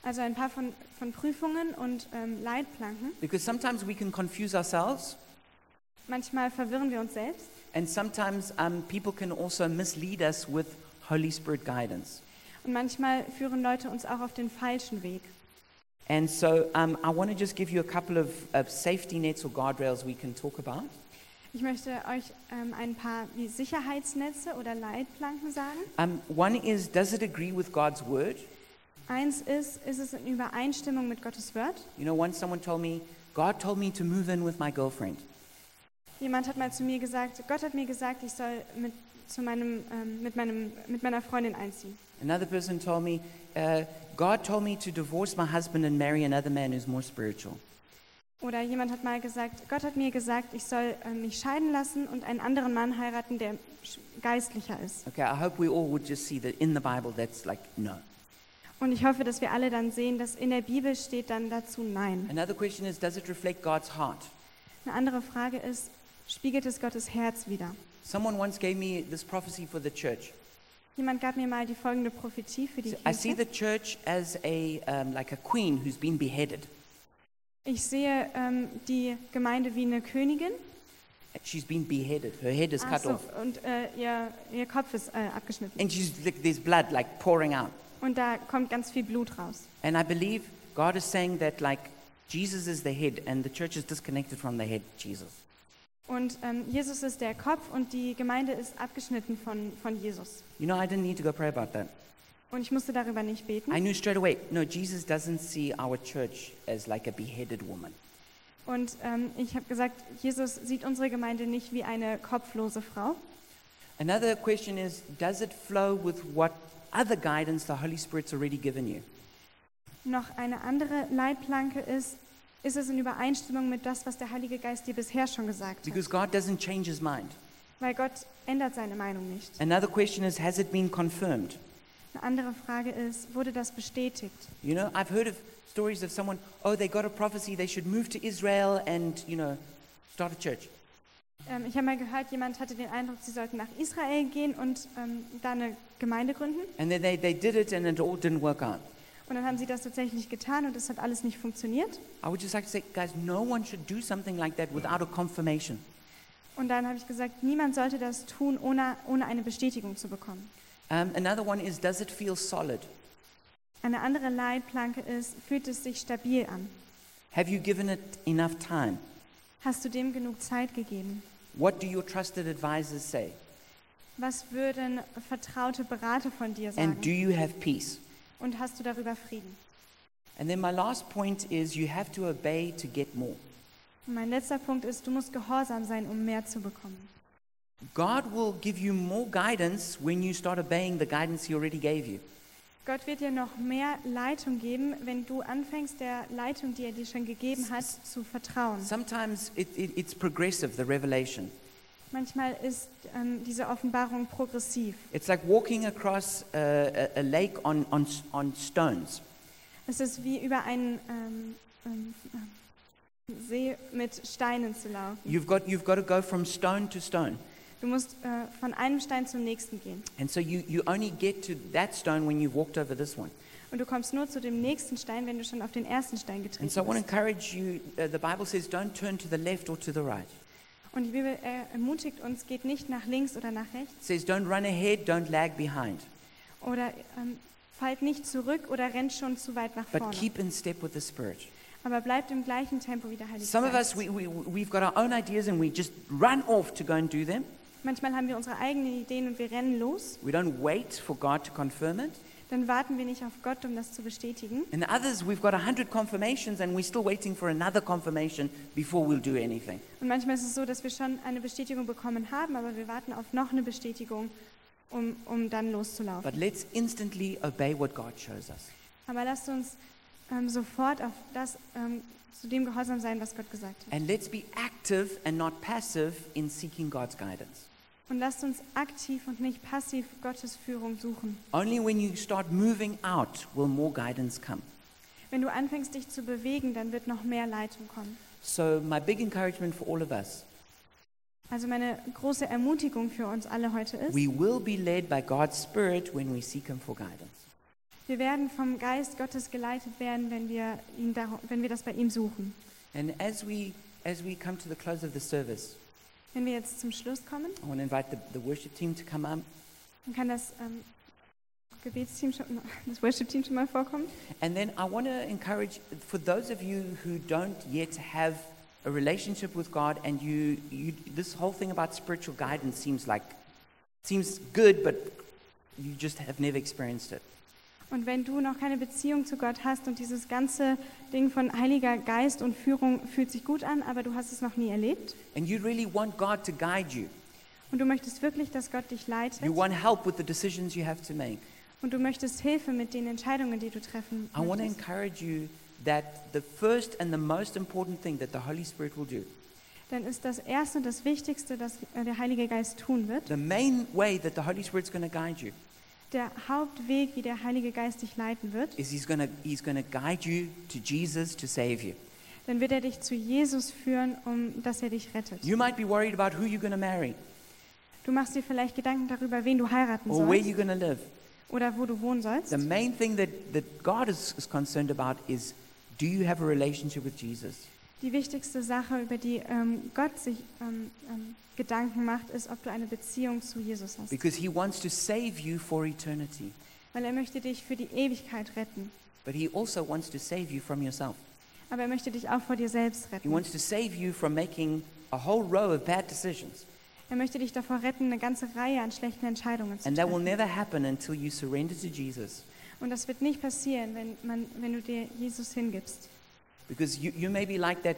Speaker 2: Also ein paar von, von Prüfungen und ähm, Leitplanken.
Speaker 1: because sometimes we can confuse ourselves
Speaker 2: Manchmal verwirren wir uns selbst
Speaker 1: and sometimes um, people can also mislead us with holy spirit guidance
Speaker 2: und manchmal führen Leute uns auch auf den falschen Weg.
Speaker 1: and so um, i want to just give you a couple of, of safety nets or guardrails we can talk about
Speaker 2: Ich möchte euch ähm, ein paar wie Sicherheitsnetze oder Leitplanken sagen.
Speaker 1: um, one is does it agree with god's word
Speaker 2: Eins ist, ist es in Übereinstimmung mit Gottes Wort?
Speaker 1: you know once someone told me god told me to move in with my girlfriend
Speaker 2: Jemand hat mal zu mir gesagt, Gott hat mir gesagt, ich soll mit, zu meinem, ähm, mit, meinem, mit meiner Freundin einziehen.
Speaker 1: Another person told me, uh, God told me to divorce my husband and marry another man who's more spiritual.
Speaker 2: Oder jemand hat mal gesagt, Gott hat mir gesagt, ich soll ähm, mich scheiden lassen und einen anderen Mann heiraten, der sch- geistlicher ist.
Speaker 1: Okay, I hope we all would just see that in the Bible that's like no.
Speaker 2: Und ich hoffe, dass wir alle dann sehen, dass in der Bibel steht dann dazu Nein.
Speaker 1: Another question is, does it reflect God's heart?
Speaker 2: Eine andere Frage ist, spiegelt es Gottes Herz wider?
Speaker 1: Someone once gave me this prophecy for the church.
Speaker 2: Jemand gab mir mal die folgende Prophetie für die
Speaker 1: I see
Speaker 2: Kirche.
Speaker 1: the church as a um, like a queen who's been beheaded,
Speaker 2: Ich sehe ähm, die Gemeinde wie eine Königin
Speaker 1: She's been beheaded. Her head is
Speaker 2: Ach
Speaker 1: cut
Speaker 2: Ah, so,
Speaker 1: off.
Speaker 2: und äh, ihr, ihr Kopf ist äh, abgeschnitten.
Speaker 1: And she's, like, there's blood like pouring out.
Speaker 2: Und da kommt ganz viel Blut raus.
Speaker 1: And I believe God is saying that, like, Jesus is the head, and the church is disconnected from the head, Jesus.
Speaker 2: Und ähm, Jesus ist der Kopf und die Gemeinde ist abgeschnitten von, von Jesus.
Speaker 1: You know, I didn't need to go pray about that.
Speaker 2: Und ich musste darüber nicht beten.
Speaker 1: I knew straight away, no, Jesus doesn't see our church as like a beheaded woman.
Speaker 2: Und ähm, ich habe gesagt, Jesus sieht unsere Gemeinde nicht wie eine kopflose Frau.
Speaker 1: Another question is Does it flow with what other guidance the Holy Spirit's already given you?
Speaker 2: Noch eine andere Leitplanke ist, ist es in Übereinstimmung mit das, was der Heilige Geist dir bisher schon gesagt hat.
Speaker 1: Because God doesn't change his mind.
Speaker 2: Weil Gott ändert seine Meinung nicht.
Speaker 1: Another question is Has it been confirmed?
Speaker 2: Eine andere Frage ist, wurde das bestätigt?
Speaker 1: You know, I've heard of stories of someone, oh, they got a prophecy, they should move to Israel and, you know, start a church.
Speaker 2: Ähm, ich habe mal gehört, jemand hatte den Eindruck, sie sollten nach Israel gehen und ähm, da eine Gemeinde gründen.
Speaker 1: And then they, they did it and it all didn't work out.
Speaker 2: Und dann haben sie das tatsächlich getan und es hat alles nicht funktioniert.
Speaker 1: I would just like to say, guys, no one should do something like that without a confirmation.
Speaker 2: Und dann habe ich gesagt, niemand sollte das tun, ohne, ohne eine Bestätigung zu bekommen.
Speaker 1: Um, another one is Does it feel solid?
Speaker 2: Eine andere Leitplanke ist, fühlt es sich stabil an?
Speaker 1: Have you given it enough time?
Speaker 2: Hast du dem genug Zeit gegeben?
Speaker 1: What do your trusted advisors say?
Speaker 2: Was würden vertraute Berater von dir
Speaker 1: And do
Speaker 2: sagen?
Speaker 1: you have peace?
Speaker 2: Und hast du darüber Frieden?
Speaker 1: And then my last point is you have to obey to get more.
Speaker 2: Und mein letzter Punkt ist, du musst gehorsam sein, um mehr zu bekommen.
Speaker 1: God will give you more guidance when you start obeying the guidance He already gave you.
Speaker 2: Gott wird dir noch mehr Leitung geben, wenn du anfängst, der Leitung, die er dir schon gegeben hat, zu vertrauen.
Speaker 1: Sometimes it, it, it's progressive, the revelation.
Speaker 2: Manchmal ist ähm, diese Offenbarung progressiv.
Speaker 1: It's like walking across a, a, a lake on, on, s- on stones.
Speaker 2: Es ist wie über einen ähm, ähm, ähm, See mit Steinen zu laufen.
Speaker 1: You've got, you've got to go from stone to stone.
Speaker 2: Du musst äh, von einem Stein zum nächsten gehen.
Speaker 1: And so you, you only get to that stone when you've walked over this one.
Speaker 2: Und du kommst nur zu dem nächsten Stein, wenn du schon auf den ersten Stein
Speaker 1: And
Speaker 2: getreten
Speaker 1: so I want to
Speaker 2: bist.
Speaker 1: encourage you uh, the Bible says, don't turn to the left or to the right.
Speaker 2: Und die Bibel äh, ermutigt uns, geht nicht nach links oder nach rechts
Speaker 1: It says, don't run ahead, don't lag behind.
Speaker 2: oder ähm, fallt nicht zurück oder rennt schon zu weit nach
Speaker 1: But
Speaker 2: vorne.
Speaker 1: keep in step with the Spirit.
Speaker 2: Aber bleibt im gleichen Tempo wie der Heilige
Speaker 1: Some of us,
Speaker 2: Geist.
Speaker 1: we, we, we've got our own ideas and we just run off to go and do them.
Speaker 2: Manchmal haben wir unsere eigenen Ideen und wir rennen los.
Speaker 1: We don't wait for God to confirm it.
Speaker 2: Dann warten wir nicht auf Gott, um das zu bestätigen.
Speaker 1: And others, we've got 100 confirmations and we're still waiting for another confirmation before we'll do anything.
Speaker 2: Und manchmal ist es so, dass wir schon eine Bestätigung bekommen haben, aber wir warten auf noch eine Bestätigung, um, um dann loszulaufen.
Speaker 1: But let's instantly obey what God shows us.
Speaker 2: Aber lasst uns ähm, sofort auf das, ähm, zu dem Gehorsam sein, was Gott gesagt hat.
Speaker 1: And let's be active and not passive in seeking God's guidance.
Speaker 2: Und lasst uns aktiv und nicht passiv Gottes Führung suchen.
Speaker 1: Only when you start moving out will more guidance come.
Speaker 2: Wenn du anfängst, dich zu bewegen, dann wird noch mehr Leitung kommen.
Speaker 1: So, my big encouragement for all of us
Speaker 2: Also meine große Ermutigung für uns alle heute ist,
Speaker 1: we will be led by God's Spirit when we seek Him for guidance.
Speaker 2: wir werden vom Geist Gottes geleitet werden, wenn wir, ihn darum, wenn wir das bei ihm suchen.
Speaker 1: And as we, as we come to the close of the service,
Speaker 2: Wenn wir jetzt zum Schluss kommen,
Speaker 1: I want to invite the, the worship team to come up.
Speaker 2: dann kann das ähm, Gebetsteam, schon, das Worship-Team schon mal vorkommen.
Speaker 1: And then I want to encourage, for those of you who don't yet have a relationship with God and you, you this whole thing about spiritual guidance seems like, seems good, but you just have never experienced it.
Speaker 2: Und wenn du noch keine Beziehung zu Gott hast und dieses ganze Ding von Heiliger Geist und Führung fühlt sich gut an, aber du hast es noch nie erlebt
Speaker 1: And you really want God to guide you.
Speaker 2: und du möchtest wirklich, dass Gott dich leitet
Speaker 1: You want help with the decisions you have to make.
Speaker 2: und du möchtest Hilfe mit den Entscheidungen, die du treffen
Speaker 1: I want to
Speaker 2: möchtest,
Speaker 1: encourage you that the first and the most important thing that the Holy Spirit will do,
Speaker 2: dann ist das Erste und das Wichtigste, das äh, der Heilige Geist tun wird,
Speaker 1: the main way that the Holy Spirit's going to guide you,
Speaker 2: der Hauptweg, wie der Heilige Geist dich leiten wird,
Speaker 1: is He's going to He's going to guide you to Jesus to save you.
Speaker 2: dann wird er dich zu Jesus führen, um dass er dich rettet.
Speaker 1: You might be worried about who you're going to marry
Speaker 2: Du machst dir vielleicht Gedanken darüber, wen du heiraten
Speaker 1: or Oh, where
Speaker 2: sollst
Speaker 1: you're going to live.
Speaker 2: oder wo du wohnen sollst.
Speaker 1: The main thing that, that God is, is concerned about is do you have a relationship with Jesus?
Speaker 2: Die wichtigste Sache, über die ähm, Gott sich ähm, ähm, Gedanken macht, ist, ob du eine Beziehung zu Jesus hast.
Speaker 1: because he wants to save you for eternity,
Speaker 2: Weil er möchte dich für die Ewigkeit retten.
Speaker 1: but he also wants to save you from yourself.
Speaker 2: Aber er möchte dich auch vor dir selbst
Speaker 1: He
Speaker 2: retten.
Speaker 1: wants to save you from making a whole row of bad decisions,
Speaker 2: Er möchte dich davor retten, eine ganze Reihe an schlechten Entscheidungen zu
Speaker 1: and that will
Speaker 2: treffen.
Speaker 1: never happen until you surrender to Jesus.
Speaker 2: Und das wird nicht passieren, wenn, man, wenn du dir Jesus hingibst.
Speaker 1: Because you, you may be like that,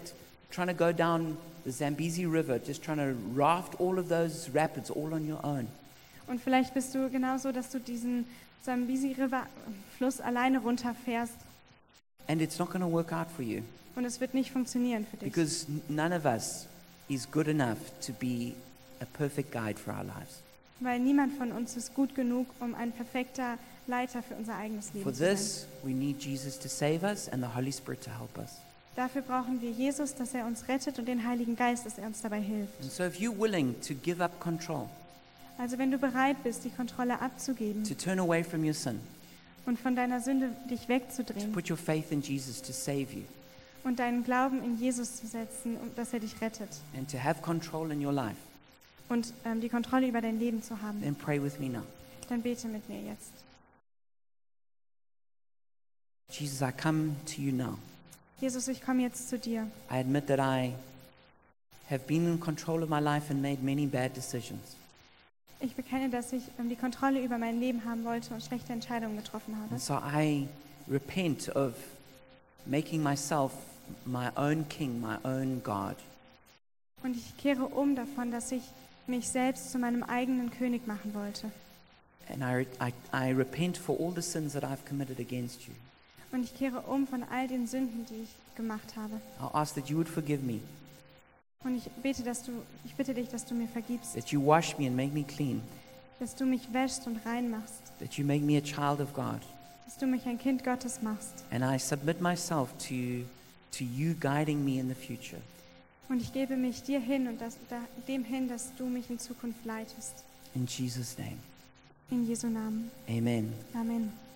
Speaker 1: trying to go down the Zambezi River, just trying to raft all of those rapids all on your own.
Speaker 2: Und vielleicht bist du genauso, dass du diesen Zambezi River Fluss alleine runterfährst
Speaker 1: And it's not going to work out for you
Speaker 2: und es wird nicht funktionieren für dich.
Speaker 1: because n- none of us is good enough to be a perfect guide for our lives.
Speaker 2: Weil niemand von uns ist gut genug, um ein perfekter Leiter für unser eigenes
Speaker 1: For
Speaker 2: Leben zu sein.
Speaker 1: this, we need Jesus to save us and the Holy Spirit to help us.
Speaker 2: Dafür brauchen wir Jesus, dass er uns rettet und den Heiligen Geist, dass er uns dabei hilft.
Speaker 1: And so, if you're willing to give up control,
Speaker 2: Also wenn du bereit bist, die Kontrolle abzugeben
Speaker 1: to turn away from your sin,
Speaker 2: und von deiner Sünde dich
Speaker 1: to
Speaker 2: wegzudrehen
Speaker 1: put your faith in Jesus to save you,
Speaker 2: und deinen Glauben in Jesus zu setzen, um- dass er dich rettet
Speaker 1: and to have control in your life,
Speaker 2: und ähm, die Kontrolle über dein Leben zu haben,
Speaker 1: then pray with me now.
Speaker 2: dann bete mit mir jetzt.
Speaker 1: Jesus, I come to you now.
Speaker 2: Jesus, ich komme jetzt zu dir.
Speaker 1: I admit that I have been in control of my life and made many bad decisions.
Speaker 2: Ich bekenne, dass ich ähm, die Kontrolle über mein Leben haben wollte und schlechte Entscheidungen getroffen habe.
Speaker 1: And so I repent of making myself my own king, my own God.
Speaker 2: Und ich kehre um davon, dass ich mich selbst zu meinem eigenen König machen wollte.
Speaker 1: And I, I, I repent for all the sins that I've committed against you.
Speaker 2: Und ich kehre um von all den Sünden, die ich gemacht habe.
Speaker 1: I ask that you would forgive me,
Speaker 2: Und ich bete, dass du, ich bitte dich, dass du mir vergibst,
Speaker 1: that you wash me and make me clean,
Speaker 2: dass du mich wäschst und rein machst,
Speaker 1: that you make me a child of God.
Speaker 2: dass du mich ein Kind Gottes machst.
Speaker 1: And I submit myself to, to you guiding me in the future.
Speaker 2: Und ich gebe mich dir hin und das, da, dem hin, dass du mich in Zukunft leitest.
Speaker 1: In Jesus' name,
Speaker 2: In Jesu Namen.
Speaker 1: amen.
Speaker 2: Amen.